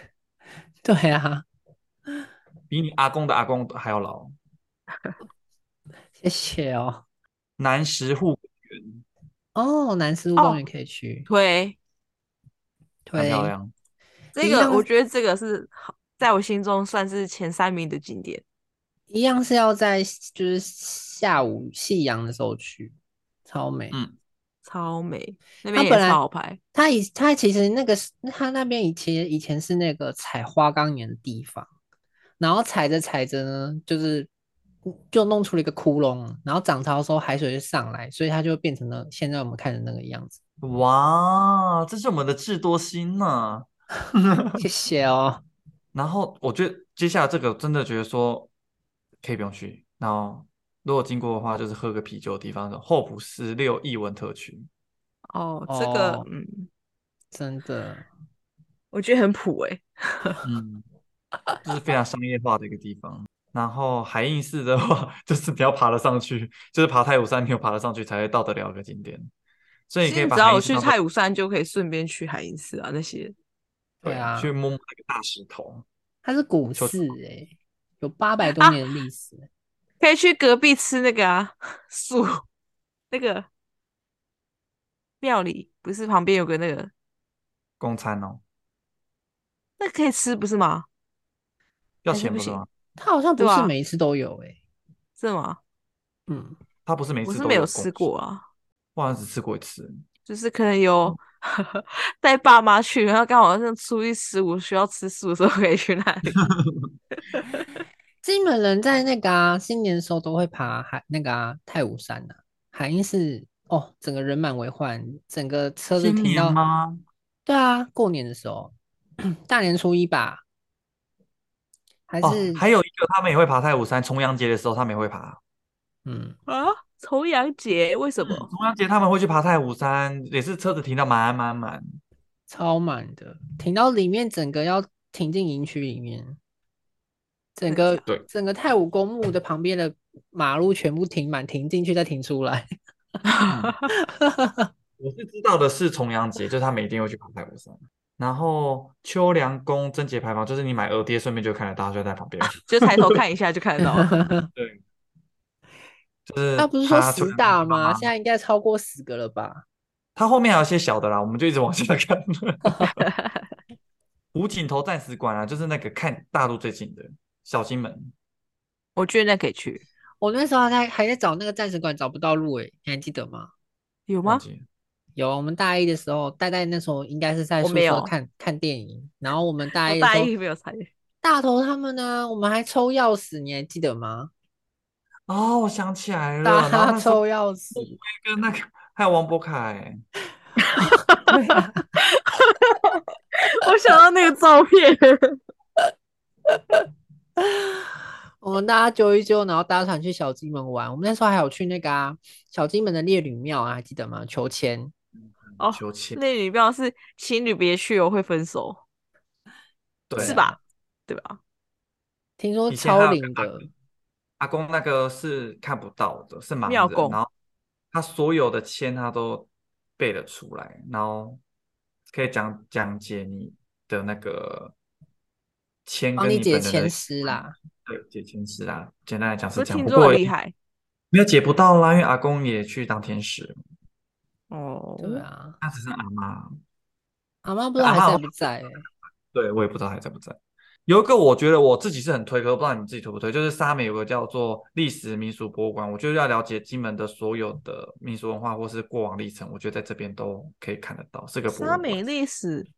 S1: 对啊，
S2: 比你阿公的阿公还要老。
S1: 谢谢哦。
S2: 南石户公园
S1: 哦，南石湖
S3: 哦
S1: 公园可以去，
S3: 对，
S2: 很
S1: 对，
S2: 漂亮，
S3: 这
S1: 一
S3: 个
S1: 样
S3: 我
S1: 是
S3: 觉得这个是好，在我心中算是前三名的景点。
S1: 一样是要在就是下午夕阳的时候去，超美。
S2: 嗯
S3: 超美，那
S1: 它
S3: 边也
S1: 本来
S3: 超好拍。
S1: 它以它其实那个是它那边以前以前是那个采花岗岩的地方，然后采着采着呢，就是就弄出了一个窟窿，然后涨潮的时候海水就上来，所以它就变成了现在我们看的那个样 子。
S2: 哇，这是我们的智多星呢、啊
S1: 谢谢哦，
S2: 然后我觉得接下来这个真的觉得说可以不用去。然后如果经过的话，就是喝个啤酒的地方，厚朴十六艺文特区。
S3: 哦，这个、
S1: 哦
S3: 嗯，
S1: 真的，
S3: 我觉得很普哎、
S2: 嗯，这是非常商业化的一个地方。然后海印寺的话， 就是你要爬得上去，就是爬太武山，你有爬得上去才会到得了一个景点。所以你可以
S3: 其实你
S2: 把
S3: 只要
S2: 海
S3: 我
S2: 印寺
S3: 去
S2: 当作
S3: 太武山，就可以顺便去海印寺啊那些。
S1: 对啊
S2: 去摸摸那个大石头。
S1: 它是古
S2: 就
S1: 寺哎、有八百
S3: 啊
S1: 多年的历史。欸
S3: 可以去隔壁吃那个啊，素那个庙里，不是旁边有个那个，
S2: 公餐哦，
S3: 那可以吃不是吗？
S2: 要
S3: 还是
S2: 钱
S3: 不
S2: 不是
S3: 行
S2: 吗？
S1: 它好像不
S3: 对
S1: 是
S3: 啊
S1: 每一次都有欸诶、
S3: 是吗？
S1: 嗯，
S2: 他不是每
S3: 我
S2: 次
S3: 是
S2: 都
S3: 没有
S2: 有
S3: 吃
S2: 公
S3: 过啊。
S2: 我好像只吃过一次。
S3: 就是可能有
S2: 嗯
S3: 带爸妈去，然后刚好像初一十五需要吃素的时候可以去那里。
S1: 金门人在那个啊新年的时候都会爬海那个啊太武山呐、海英是哦，整个人满为患，整个车子
S2: 今
S1: 停
S2: 年
S1: 到。
S2: 吗？
S1: 对啊，过年的时候， 大年初一吧，还
S2: 哦
S1: 是，
S2: 还有一个他们也会爬太武山，重阳节的时候他们也会爬。
S1: 嗯，
S3: 啊，重阳节为什么？
S2: 重阳节他们会去爬太武山，也是车子停到满满满。
S1: 超满的，停到里面整个要停进营区里面，整
S3: 真
S1: 个
S3: 假
S2: 对
S1: 整个太武公墓的旁边的马路全部停满，停进去再停出来。
S2: 嗯 我是知道的是重阳节，就是他们一定会去爬太武山。然后秋凉宫贞节牌坊，就是你买鹅爹顺便就看得到，就在旁 边。
S3: 就抬头看一下就看得 到了。
S2: 对，就是
S1: 那不是说
S2: 它
S1: 十
S2: 秋凉宫
S1: 大
S2: 的妈
S1: 吗？
S2: 妈
S1: 现在应该超过十个了吧？
S2: 它后面还有一些小的啦，我们就一直往 下看。湖景头战史馆啊，就是那个看大陆最近的小金门。
S3: 我觉得那可以去，
S1: 我那时候还在还在找那个战神馆，找不到路诶、你还记得吗？
S3: 有
S2: 忘
S3: 吗？
S2: 记了
S1: 有，我们大一的时候，戴戴那时候应该是在
S3: 我
S1: 宿
S3: 没
S1: 舍
S3: 有
S1: 看看电影，然后我们大
S3: 我
S1: 一的
S3: 大
S1: 时候，
S3: 一没有参与。
S1: 大头他们呢，我们还抽钥匙，你还记得吗？
S2: 哦，我想起来了，
S1: 大
S2: 然后
S1: 家
S2: 那时候
S1: 抽钥匙，
S2: 跟那个还有王柏凯，
S1: 对啊，
S3: 我想到那个照 片，
S1: 我们大家揪一揪，然后搭船去小金门玩。我们那时候还有去那个啊，小金门的烈女庙啊，还记得吗？求签，
S3: 哦
S2: 求签，
S3: 那女票是情侣别去哦，会分手，
S2: 对，啊
S3: 是吧？对吧？
S1: 听说
S2: 以前还
S1: 超
S2: 有
S1: 灵
S2: 个阿
S1: 的
S2: 公，阿公那个是看不到的，是盲
S3: 庙
S2: 人，
S3: 公
S2: 然后他所有的签他都背了出来，然后可以讲讲解你的那个签
S3: 哦
S1: 帮
S2: 跟
S1: 你
S2: 你
S1: 解
S2: 本人的
S1: 签诗啦。
S2: 对解签诗啊，简单来讲是
S3: 我
S2: 这样，
S3: 听
S2: 不
S3: 说
S2: 过
S3: 很厉害
S2: 没有解不到啦，因为阿公也去当天使，
S3: 哦。
S1: 对啊，
S2: 他只是阿妈，
S1: 阿妈不知道
S2: 阿
S1: 还
S2: 嬷
S1: 在
S2: 我
S1: 不在、欸？
S2: 对我也不知道还在不在。有一个我觉得我自己是很推，可我不知道你们自己推不推，就是沙美有个叫做历史民俗博物馆，我觉得要了解金门的所有的民俗文化或是过往历程，我觉得在这边都可以看得到，是个博物
S3: 沙美
S2: 馆，
S3: 历史，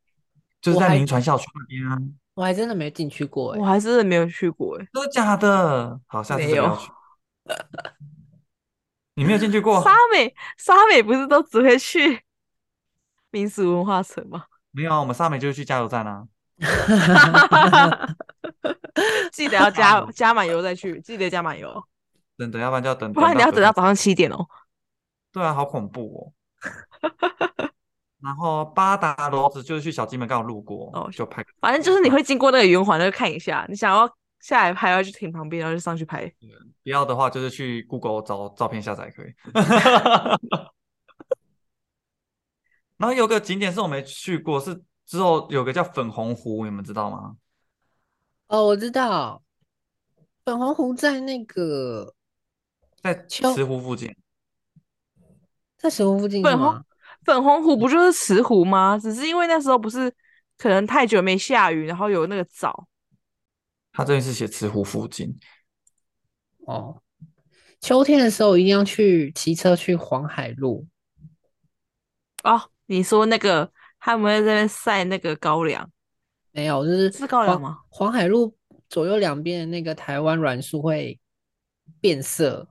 S2: 就是
S1: 我还
S2: 在林传校区那边啊，
S1: 我还真的没进去过、欸，
S3: 我还真的没有去过哎。
S2: 真的假的？好，下次
S3: 没
S2: 就不
S3: 有
S2: 要去。你没有进去 过？
S3: 沙美沙美不是都只会去 民俗文化城吗？
S2: 没有啊，我们沙美就是去加油站啊。
S3: 记得要加
S2: 沙美
S3: 加满油再去，记得加满油，
S2: 等等，要不然就要等，
S3: 不然你要等
S2: 隔
S3: 到
S2: 天
S3: 早上七点哦。
S2: 对啊，好恐怖哦。然后八达楼子就是去小金门刚好路过，
S3: 哦
S2: 就拍个照。
S3: 反正就是你
S2: 然后
S3: 会经过那个圆环，那就看一下。你想要下来拍，然后就停旁边，然后就上去拍。
S2: 不要的话，就是去 Google 找照片下载可以。 然后有个景点是我没去过，是之后有个叫粉红湖，你们知道吗？
S1: 哦，我知道，粉红湖在那个
S2: 在
S1: 秋
S2: 石湖附近。
S1: 在石湖附近是
S3: 粉红
S1: 吗？
S3: 粉红湖不就是石湖吗？只是因为那时候不是可能太久没下雨，然后有那个藻。
S2: 它这边是写石湖附近，
S1: 哦，秋天的时候一定要去骑车去黄海路，
S3: 哦，你说那个他们在这边晒那个高粱，
S1: 没有，就是
S3: 是高粱
S1: 黄
S3: 吗？
S1: 黄海路左右两边的那个台湾栾树会变色，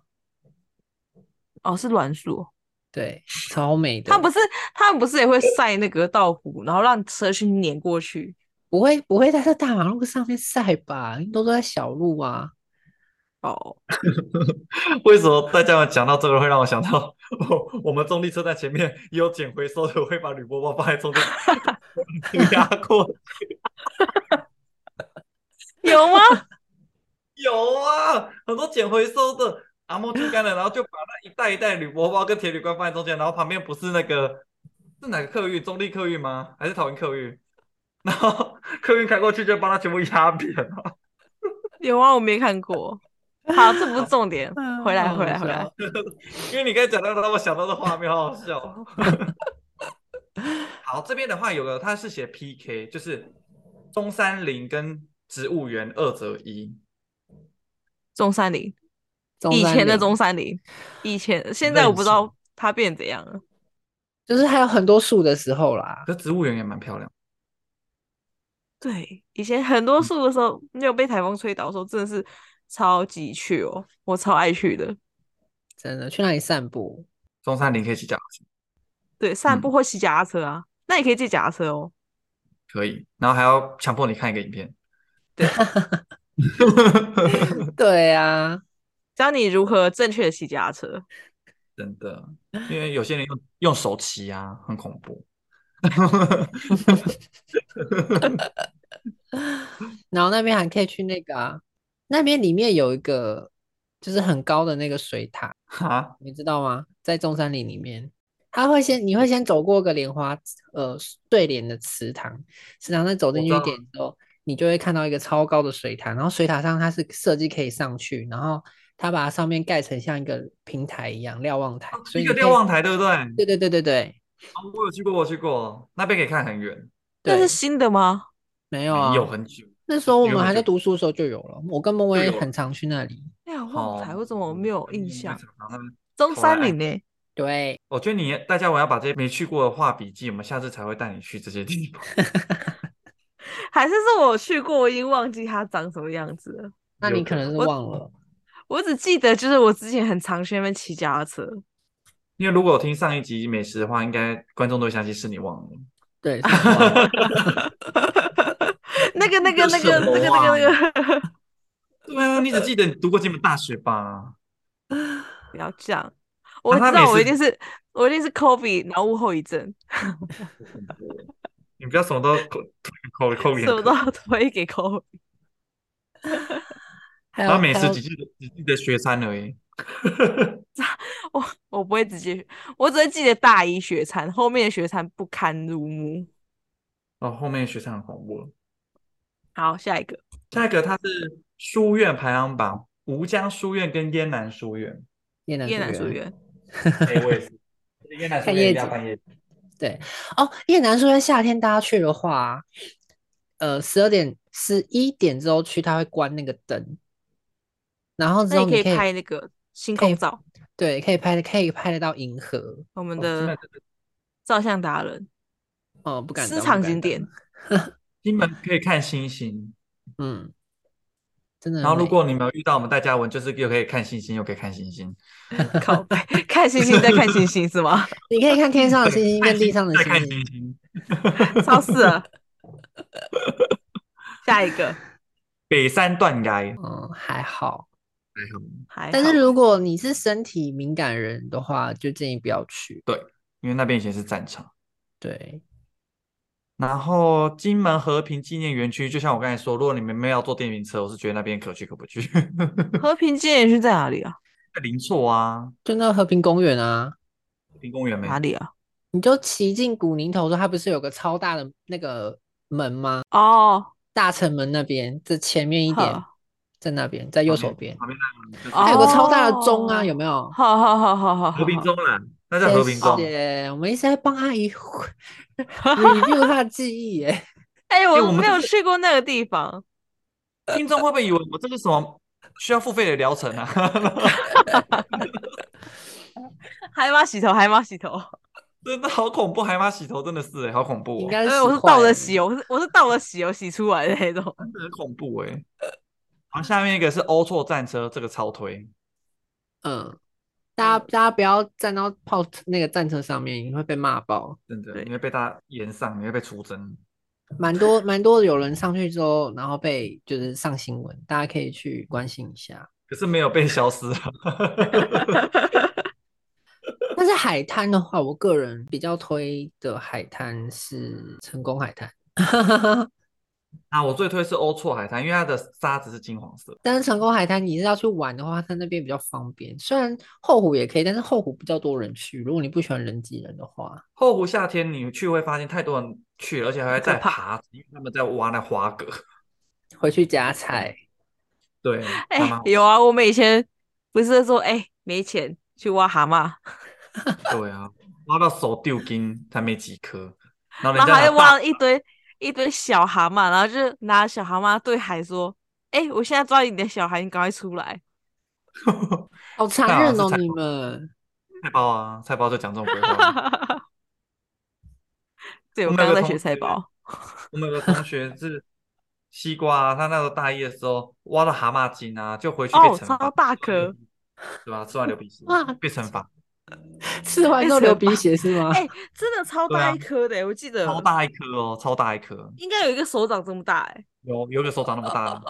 S3: 哦，是栾树。
S1: 对，超美的。
S3: 他不是他们不是也会晒那个稻谷，然后让车去碾过去。
S1: 不会不会在这大马路上面晒吧？都都在小路啊。
S3: 哦，
S2: 为什么大家讲到这个会让我想到，我我们中立车站前面也有捡回收的，我会把铝箔包放在中间 压过
S3: 有吗？
S2: 有啊，很多捡回收的阿莫猪肝的，然后就把那一袋一袋铝箔包跟铁铝罐放在中间，然后旁边不是那个是哪个客运？中立客运吗？还是桃园客运？然后客运开过去就把它全部压扁了。
S3: 有啊，我没看过。好，这不是 重点，嗯回来，回来，回来。
S2: 因为你刚才讲到让我想到的画面，好好笑哦。好，这边的话有个，它是写 PK，就是中山陵跟植物园二择一。
S3: 中山陵，
S1: 中
S3: 以
S1: 山
S3: 前的
S1: 陵
S3: 中山陵，以前现在我不知道它变怎样了。
S1: 就是还有很多树的时候啦，
S2: 可是植物园也蛮漂亮，
S3: 对，以前很多树的时候，没有被台风吹倒的时候，真的是超级去哦，我超爱去的。
S1: 真的去那里散步，
S2: 中山陵可以骑脚踏车，
S3: 对，散步
S2: 嗯
S3: 或骑脚踏车啊，那也可以借脚踏车哦。
S2: 可以。然后还要强迫你看一个影片。啊
S1: 对啊，
S3: 教你如何正确的骑脚踏车。
S2: 真的，因为有些人用用手骑啊，很恐怖。
S1: 然后那边还可以去那个啊，那边里面有一个就是很高的那个水塔，
S2: 哈，
S1: 你知道吗？在中山陵里面，它会先你会先走过个莲花呃对联的池塘，池塘再走进去一
S2: 我知
S1: 点之后，你就会看到一个超高的水塔，然后水塔上它是设计可以上去，然后它把它上面盖成像一个平台一样瞭望台，
S3: 哦
S1: 所以
S2: 哦一个
S1: 你
S2: 瞭
S1: 可以
S2: 望台，对不对？
S1: 对对对对对
S2: 哦我有去过，我有去过，那边可以看很远，
S3: 那是
S1: 对，
S3: 新的吗？
S1: 没有啊，
S2: 有很久。
S1: 那时候我
S2: 原
S1: 们
S2: 本
S1: 还在
S2: 就
S1: 读书的时候就有了，我跟孟
S2: 就
S1: 威
S2: 有了
S1: 很常去那里。
S3: 哎呀，望台
S2: 哦
S3: 我怎么没有印象？？
S2: 那边
S3: 中
S2: 后来
S3: 山陵呢？
S1: 对，
S2: 我觉得你大家我要把这些没去过的画笔记，我们下次才会带你去这些地方。
S3: 还是是我去过，我已经忘记它长什么样子了。
S1: 那
S2: 有
S1: 你可能是
S3: 我
S1: 忘了。
S3: 我只记得就是我之前很常去那边骑脚踏车。
S2: 因为如果我听上一集美食的话，应该观众都会相信是你忘了。
S1: 对，是我忘了
S3: 那个、那个、
S2: 这
S3: 那
S2: 什
S3: 个、那个、那个、那个，
S2: 啊 对啊，你只记得你读过金门大学吧？
S3: 不要这样。我
S2: 他
S3: 知道，
S2: 每
S3: 我一
S2: 次
S3: 定是我一定是 COVID 脑雾后遗症，
S2: 你不要什么都扣扣扣脸
S3: 什么都要推给 COVID。
S1: 还
S2: 然
S1: 有
S2: 后美
S1: 还
S2: 食
S1: 有
S2: 只记得只记得学餐而已。
S3: 我我不会直接，我只会记得大一学餐，后面的学餐不堪入目。
S2: 哦，后面学餐很恐怖了。
S3: 好，下一个。
S2: 下一个它是书院排行榜，吴江书院跟燕南书院。
S1: 越南
S3: 越南
S1: 书
S3: 书院，
S2: 哎，我也是。燕南书
S1: 看
S2: 院
S1: 夜
S2: 一定要
S1: 景
S2: 半夜景。
S1: 对哦，越南书院夏天大家去的话，呃，十二点十一点之后去，它会关那个灯，然后之
S3: 那
S1: 后
S3: 你可
S1: 你
S3: 以
S1: 可以
S3: 拍那个星
S1: 可以
S3: 空照，
S1: 对，可以拍可以拍得到银河，
S3: 我们
S2: 哦真
S3: 的
S2: 的
S3: 照相达人，
S1: 哦，不敢
S3: 私
S1: 当不
S3: 藏
S1: 敢当
S3: 景点，
S2: 金门可以看星星，
S1: 嗯，真的很美。
S2: 然后如果你们有遇到我们戴嘉文，就是又可以看星星，又可以看星星，
S3: 靠背看星星再看星星是吗？
S1: 你可以看天上的星星跟地上的
S2: 再
S1: 星
S2: 看
S1: 星
S2: 星，星。
S3: 超市了。下一个
S2: 北山断崖，
S1: 嗯，还好。
S3: 还
S1: 但
S3: 好
S1: 是如果你是身体敏感人的话，就建议不要去。
S2: 因为那边以前是战场。
S1: 对，
S2: 然后金门和平纪念园区，就像我刚才说，如果你们没有要坐电瓶车，我是觉得那边可去可不去。
S3: 和平纪念区在哪里啊？
S2: 林厝啊，
S1: 就那个和平公园啊，
S2: 和平公园没？
S3: 哪里啊？
S1: 你就骑进古宁头的时候，它不是有个超大的那个门
S2: 呃
S1: 吗？
S3: 哦
S1: 大城门那边，这前面一点
S3: 呵，
S1: 在那边，在右手边，
S2: 旁边那个就是
S3: 哦
S1: 它有个超大的钟啊，有没有？
S3: 好好好好好好
S2: 和平
S3: 好
S2: 钟啦，那叫和平钟。
S1: 谢谢我们一直在帮阿姨 review 她的记忆耶。
S3: 哎、
S2: 因为
S3: 我
S2: 我们
S3: 没有
S2: 就是
S3: 去过那个地方，
S2: 听众会不会以为我这是什么需要付费的疗程啊？
S3: 海马洗头，海马洗头，
S2: 真的好恐怖，海马洗头真的是哎，好恐怖
S1: 应
S2: 哦，
S1: 该
S3: 因
S1: 是
S3: 为我是
S1: 洗坏
S3: 倒着
S1: 了
S3: 洗，我是我是倒着洗，我哦洗出来的那种。
S2: 真的很恐怖哎。然后下面一个是欧错战车，这个超推，
S1: 嗯，大家大家不要站到炮那个战车上面，你会被骂爆。
S2: 真的，
S3: 对
S2: 你会被他延上，你会被出征。
S1: 蛮多蛮多有人上去之后，然后被就是上新闻，大家可以去关心一下。
S2: 可是没有被消 失啊。
S1: 但是海滩的话，我个人比较推的海滩是成功海滩，
S2: 啊，我最推是欧错海滩，因为它的沙子是金黄色。
S1: 但是成功海滩你是要去玩的话，它那边比较方便。虽然后湖也可以，但是后湖比较多人去。如果你不喜欢人挤人的话，
S2: 后湖夏天你去会发现太多人去了，而且还会
S3: 可
S2: 在
S3: 怕
S2: 爬，因为他们在挖那花蛤。
S1: 回去夹菜。
S2: 对，
S3: 哎、
S2: 还 蛮好
S3: 有啊，我们以前不是说哎、没钱去挖蛤
S2: 啊
S3: 蟆，
S2: 对啊，挖到手丢筋才没几颗，然后
S3: 然
S2: 人
S3: 后
S2: 家
S3: 还
S2: 拿
S3: 挖
S2: 大
S3: 了一堆一堆小蛤蟆，然后就拿小蛤蟆对海说：“哎、我现在抓你的小孩，你赶快出来。
S1: 好残
S3: 啊
S2: 那
S1: 忍
S2: 是
S1: 哦，
S2: 残
S1: 你们。
S2: 菜包啊，菜包就讲这种鬼话。”
S3: 对，
S2: 嗯我
S3: 我
S2: 们
S3: 刚
S2: 有个
S3: 刚在
S2: 同
S3: 学菜
S2: 学
S3: 包，
S2: 我们有个同学是西瓜、啊，他那时候大一的时候挖到蛤蟆精啊，就回去被
S3: 哦
S2: 惩
S3: 超
S2: 罚，
S3: 大
S2: 吃完流
S3: 颗
S2: 鼻血，对吧？
S1: 哇
S2: 吃完流鼻血被惩罚，
S1: 吃完
S3: 被
S1: 之后流
S3: 惩
S1: 鼻
S3: 罚
S1: 血是吗？
S3: 哎、真的超
S2: 对
S3: 大
S2: 啊
S3: 一颗的、欸我记得
S2: 超大一颗哦，超大一颗，
S3: 应该有一个手掌这么大哎、
S2: 有有一个手掌那么大了。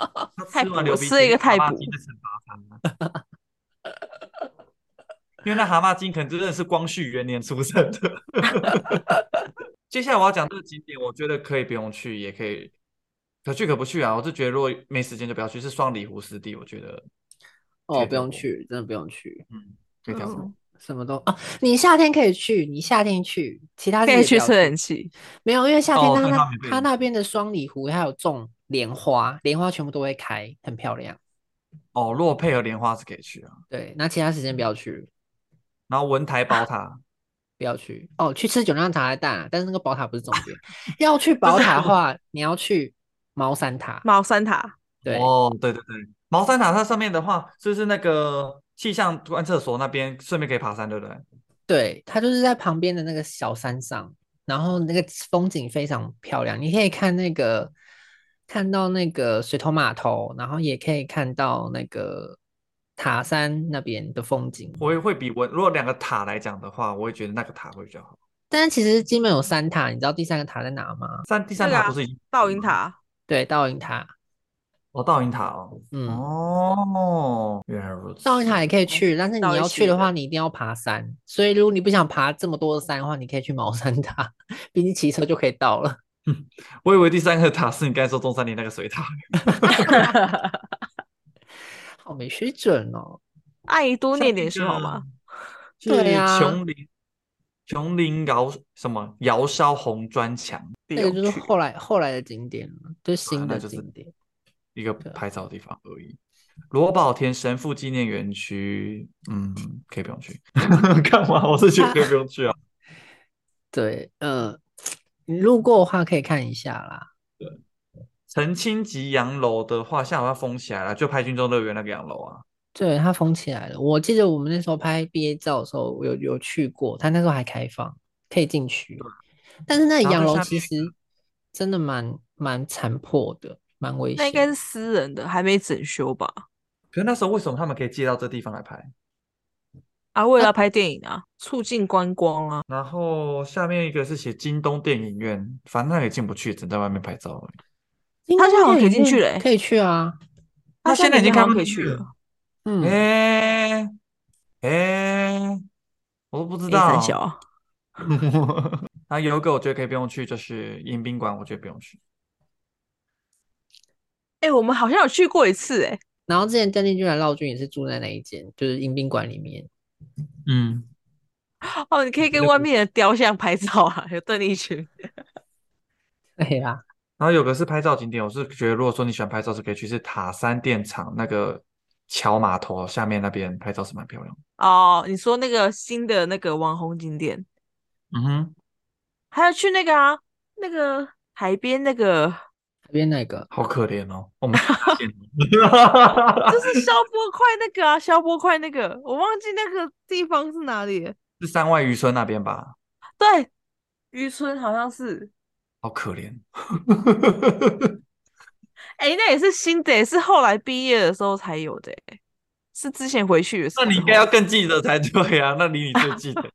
S2: 他
S3: 太
S2: 吃完
S3: 补
S2: 流
S3: 了
S2: 鼻
S3: 吃了一
S2: 血
S3: 个太
S2: 蛤蟆
S3: 补
S2: 精在惩罚他。因为那蛤蟆精可能真的是光绪元年出生的。 接下来我要讲这个景点，我觉得可以不用去，也可以可去可不去啊。我是觉得如果没时间就不要去，是双里湖湿地，我觉得
S1: 哦，
S2: 可以
S1: 不
S2: 跳
S1: 用
S2: 过
S1: 去，真的不用去，
S2: 嗯可以跳过。
S3: 嗯
S1: 什么都啊，你夏天可以去，你夏天去，其他日
S3: 可
S1: 也
S3: 以
S1: 不
S3: 去
S1: 要
S3: 吹冷气，
S1: 没有，因为夏天
S2: 哦
S1: 它
S2: 对
S1: 那
S2: 它免费
S1: 它
S2: 的
S1: 那边的双里湖还有种莲花，莲花全部都会开，很漂亮。
S2: 哦，如果配合莲花是可以去啊。
S1: 对，那其他时间不要去，
S2: 然后文台宝
S3: 啊
S2: 塔，
S1: 不要去哦，去吃九酿茶还蛋啊，但是那个宝塔不是重点。要去宝塔的话，你要去猫山塔。
S3: 猫山塔，
S1: 对，
S2: 哦，对对对，茅山塔它上面的话，就是那个气象观测所那边，顺便可以爬山，对不对？
S1: 对，它就是在旁边的那个小山上，然后那个风景非常漂亮，你可以看那个看到那个水头码头，然后也可以看到那个塔山那边的风景。
S2: 我也会比文，如果两个塔来讲的话，我会觉得那个塔会比较好。
S1: 但是其实金门有三塔，你知道第三个塔在哪吗？
S2: 三第三
S3: 那个
S2: 塔不
S3: 啊
S2: 是已经
S3: 倒影塔，
S1: 对，倒影塔，
S2: 哦，倒影塔哦，
S1: 嗯，
S2: 哦，原来如此。
S1: 倒影塔也可以去，但是
S3: 倒
S1: 你
S3: 一
S1: 要
S3: 起
S1: 去的
S3: 的
S1: 话，你一定要爬山。所以如果你不想爬这么多的山的话，你可以去茅山塔，毕竟骑车就可以到了。
S2: 我以为第三个塔是你刚才说中山陵那个水塔。嗯
S1: 好没水准哦！
S3: 阿姨多
S2: 像
S3: 念
S2: 那
S3: 点书好
S2: 个
S3: 吗？？
S1: 对
S2: 是
S1: 啊
S2: 琼林，琼林窑什么窑烧红砖墙，
S1: 那个就是后来后来的景点了，就是新
S2: 啊那
S1: 的
S2: 就是
S1: 景点。
S2: 一个
S1: 对啊
S2: 拍照的地方而已。罗宝田神父纪念园区，嗯，可以不用去， 干嘛？我是觉得可以不用去啊。
S1: 对，嗯，你路过的话可以看一下啦。
S2: 澄清吉洋楼的话，下午要封起来了，就拍军中乐园那个洋楼啊。
S1: 对，它封起来了。我记得我们那时候拍毕业照的时候，我有有去过，它那时候还开放，可以进去。但是那里
S2: 然后
S1: 洋
S2: 在
S1: 楼
S2: 下
S1: 其
S2: 面
S1: 实真的蛮蛮残破的，蛮危
S3: 那
S1: 险
S3: 应该
S1: 的。
S3: 是私人的，还没整修吧？
S2: 可是那时候为什么他们可以借到这地方来拍？
S3: 啊，为了拍电影 啊，促进观光啊。
S2: 然后下面一个是写京东电影院，反正那也进不去，只能在外面拍照而已。
S1: 应
S3: 它
S1: 该
S3: 现在好像
S1: 电影
S3: 可以进去欸
S1: 院
S3: 嘞
S1: 可以去啊。
S2: 那
S3: 它
S2: 现在已经
S3: 好
S2: 开
S3: 像
S2: 放
S3: 可以
S2: 进
S3: 去
S2: 去
S3: 了
S2: 了，
S1: 嗯，
S2: 哎哎、我都不知
S3: 哎，三
S2: 道。
S3: 小啊，
S2: 那有一个我觉得可以不用去，就是迎宾馆，我觉得不用去。
S3: 哎，我们好像有去过一次哎，
S1: 然后之前邓丽君来绕军也是住在那一间，就是迎宾馆里面。
S2: 嗯，
S3: 哦，你可以跟外面的雕像拍照啊， 有邓丽君。
S1: 对啦，
S2: 然后有个是拍照景点，我是觉得如果说你喜欢拍照是可以去，是塔山电厂那个桥码头下面那边拍照是蛮漂亮的。
S3: 哦，你说那个新的那个网红景点，
S2: 嗯哼，
S3: 还有去那个啊，那个海边那个，
S1: 那边那个
S2: 好可怜哦，我们
S3: 就是消波块那个啊，消波块那个，我忘记那个地方是哪里了。
S2: 是山外渔村那边吧？
S3: 对，渔村好像是，
S2: 好可怜。
S3: 哎，那也是新的欸，是后来毕业的时候才有的欸，是之前回去的时
S2: 那你应该
S3: 候
S2: 要更记得才对啊，那离你最近的，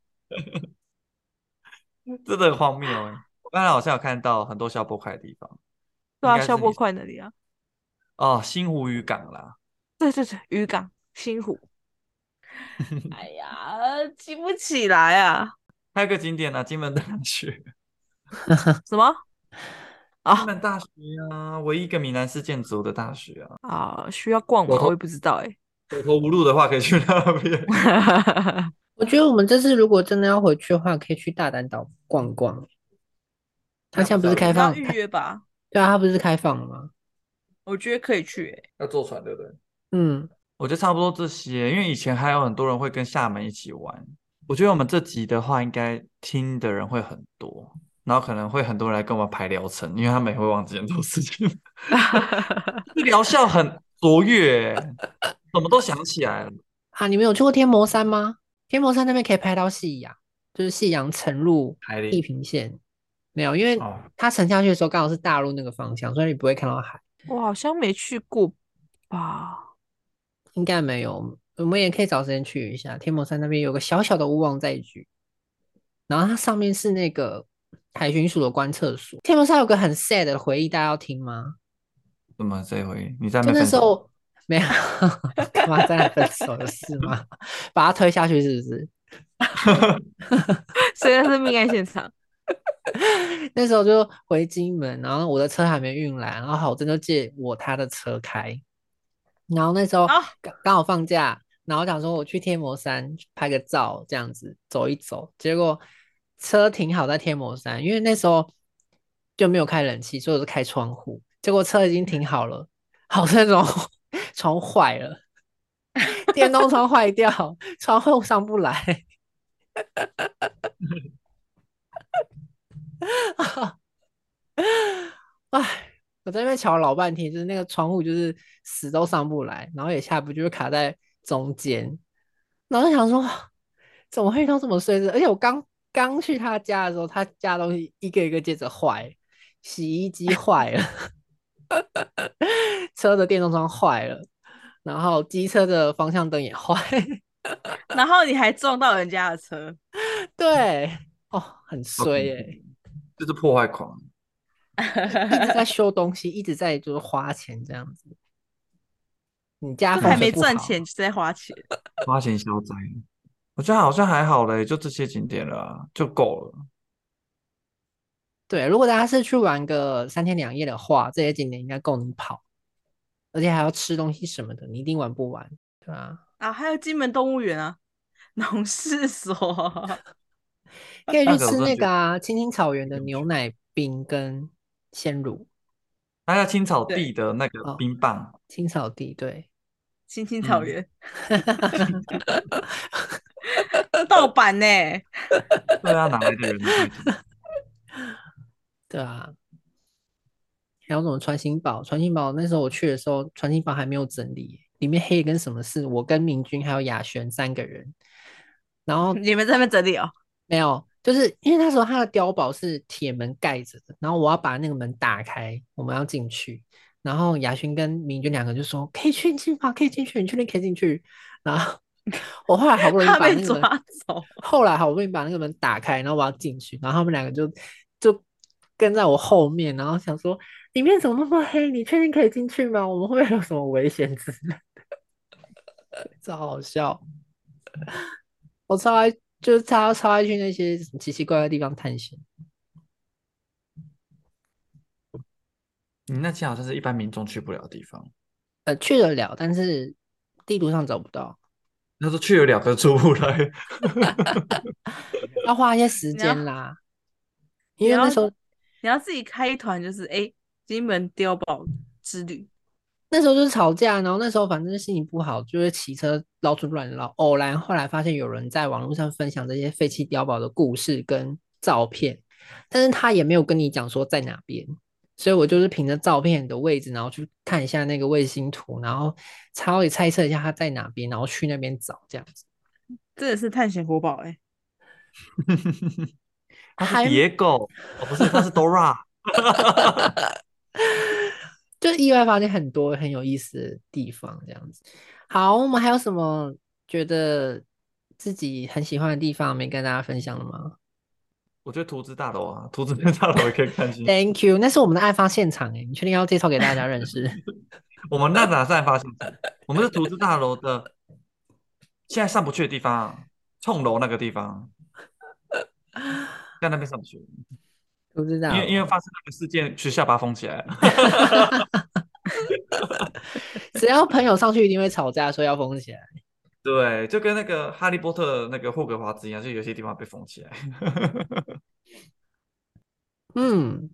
S2: 真的很荒谬哎、我刚才好像有看到很多消波块的地方
S3: 对啊，
S2: 应该是
S3: 消波
S2: 你
S3: 块那里啊，
S2: 哦，新湖渔港啦。
S3: 对对对，渔港新 湖，哎呀，记不起来啊，
S2: 还有一个景点呢、啊，金门大学。
S3: 什么？
S2: 金
S3: 啊
S2: 门大学啊，唯一一个闽南式建筑的大学啊。
S3: 啊，需要逛
S2: 我
S3: 吗？
S2: 头
S3: 我也不知道哎。
S2: 走投无路的话，可以去那边。
S1: 我觉得我们这次如果真的要回去的话，可以去大胆岛逛逛。它
S2: 那
S1: 现在
S2: 不
S1: 不是
S2: 知道
S1: 开
S3: 你
S1: 放，
S3: 要预
S1: 它
S3: 约吧？
S1: 对啊，它不是开放了吗？
S4: 我觉得可以去、欸。
S2: 要坐船对不对？
S1: 嗯，
S2: 我觉得差不多这些，因为以前还有很多人会跟厦门一起玩。我觉得我们这集的话，应该听的人会很多，然后可能会很多人来跟我们排疗程，因为他们也会忘记很多 事情。这疗效很卓越、欸，什么都想起来了。
S1: 啊，你们有去过天魔山吗？天魔山那边可以拍到夕阳，就是夕阳沉入
S2: 海
S1: 地
S2: 里
S1: 平线。没有，因为
S2: 哦，
S1: 它沉下去的时候刚好是大陆那个方向，所以你不会看到海，
S3: 我好像没去过吧？
S1: 应该没有。我们也可以找时间去一下天魔山那边有个小小的无网寨局，然后它上面是那个海巡署的观测所。天魔山有个很 sad 的回忆，大家要听吗？
S2: 怎么这回你在
S1: 就
S2: 没
S1: 那
S2: 分
S1: 时
S2: 手？
S1: 候没有， 干嘛在那分手的事吗？ 把他推下去是不是？
S3: 虽然是命案现场，
S1: 那时候就回金门，然后我的车还没运来，然后好真就借我他的车开，然后那时候
S4: 啊
S1: 刚刚好放假，然后想说我去天魔山拍个照，这样子走一走，结果车停好在天魔山，因为那时候就没有开冷气，所以我是开窗户，结果车已经停好了，好在那种 窗坏了，电动窗坏掉，窗户上不来。 唉，我在那边瞧了老半天，就是那个窗户就是死都上不来，然后也下不去，就卡在中间。然后就想说，怎么会遇到这么碎事？而且我刚刚去他家的时候，他家的东西一个一个接着坏，洗衣机坏了， 车的电动窗坏了，然后机车的方向灯也坏。
S4: 然后你还撞到人家的 车，
S1: 对，哦，很衰
S2: 恐
S1: 耶、
S2: 就是破坏狂。
S1: 一直在修东西，一直在就是花钱这样子。你家
S4: 就
S1: 风
S4: 还
S1: 水
S4: 没
S1: 不
S4: 赚
S1: 好
S4: 钱就在花钱。
S2: 花钱消灾，我觉得好像还好嘞，就这些景点了啊、就够了。
S1: 对，如果大家是去玩个三天两夜的话，这些景点应该够你跑，而且还要吃东西什么的，你一定玩不完，对啊，
S4: 啊，还有金门动物园啊，农事所，
S1: 可以去
S2: 那个
S1: 吃
S2: 我真的
S1: 那
S2: 觉
S1: 个啊，青青草原的
S2: 有
S1: 牛奶冰跟鲜乳，
S2: 还有青草
S4: 对
S2: 地的那个
S1: 哦
S2: 冰棒，
S1: 青草地对，
S4: 青青草
S2: 嗯
S4: 原，盗版呢、
S2: 对啊，哪来的人啊？
S1: 对啊。还有什么传心堡？传心堡那时候我去的时候，传心堡还没有整理，里面黑的跟什么似的。我跟明君还有雅璇三个人，然 后
S4: 你们在那边整理哦。
S1: 没有，就是因为那时候它的碉堡是铁门盖着的，然后我要把那个门打开，我们要进去。然后雅勋跟明君两个就说：“可以进去吗？可以进去，你确定可以进去？”然后 我后来好不容易
S4: 他
S1: 把
S4: 被
S1: 那个
S4: 抓
S1: 门，
S4: 走，
S1: 后来好不容易把那个门打开，然后我要进去，然后他们两个就就跟在我后面，然后想说里面怎么那么黑？你确定可以进去吗？我们会不会有什么危险之类的？ 超好笑。我超爱，就是超超爱去那些什么奇奇怪怪的地方探险。
S2: 你那间好像是一般民众去不了的地方，
S1: 呃，去得了，但是地图上找不到，
S2: 他说去得了，可是出不来。
S1: 要花一些时
S4: 你要
S1: 间啦。因
S4: 你
S1: 为那
S4: 要
S1: 时候
S4: 你要自己开一团，就是哎、金门碉堡之旅，
S1: 那时候就是吵架，然后那时候反正心情不好，就是骑车到处乱绕。偶然后来发现有人在网络上分享这些废弃碉堡的故事跟照片，但是他也没有跟你讲说在哪边，所以我就是凭着照片的位置，然后去看一下那个卫星图，然后稍微猜测一下它在哪边，然后去那边找这样子。
S4: 真的是探险活宝哎、
S2: 他是
S1: 还
S2: 野狗，哦不是，他是 Dora。
S1: 就意外发现很多很有意思的地方，这样子。好，我们还有什么觉得自己很喜欢的地方没跟大家分享的吗
S2: 我觉得图纸大楼啊，图纸大楼也可以看清。
S1: ？Thank you，那是我们的案发现场哎，你确定要介绍给大家认 识？
S2: 我们那哪算发现场？我们是图纸大楼的，现在上不去的地方，冲楼那个地 方，在那边上不去。
S1: 不知道
S3: 啊
S2: 因，为因为发生那个事件，学校把它封起来了。
S1: 只要朋友上去一定会吵架，说要封起来。
S2: 对，就跟那个哈利波特那个霍格华兹一样，就有些地方被封起来。
S1: 嗯，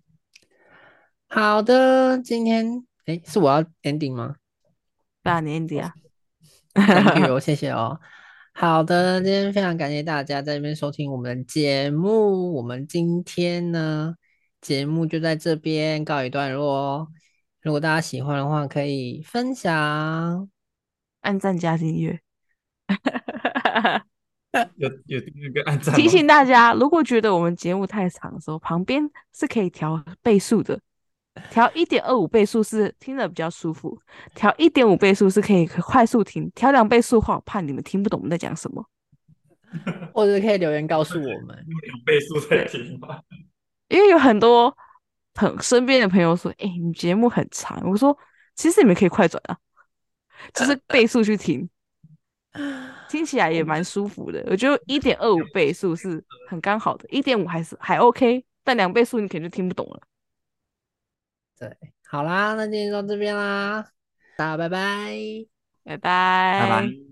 S1: 好的，今天哎，是我要 ending 吗？
S3: 对啊，你 a n d 啊，
S1: Thank you，谢谢哦。好的，今天非常感谢大家在这边收听我们的节目。我们今天呢，节目就在这边告一段落哦。如果大家喜欢的话，可以分享。
S3: 按赞加订阅。
S2: 有有那个按 赞吗
S3: 提醒大家，如果觉得我们节目太长的时候，旁边是可以调倍数的，调一点二五倍数是听得比较舒服，调一点五倍数是可以快速听，调两倍数的话，我怕你们听不懂我们在讲什么。
S1: 或者可以留言告诉我们。
S2: 两倍速在听吗？
S3: 因为有很多朋身边的朋友说：“哎、你节目很长。”我说：“其实你们可以快转啊，就是倍数去听，听起来也蛮舒服的。我觉得一点二五倍数是很刚好的，一点五还是还 OK，但两倍数你可能就听不懂了。
S1: 好啦，那今天就到这边啦，大家拜拜。
S3: 拜拜，
S2: 拜拜。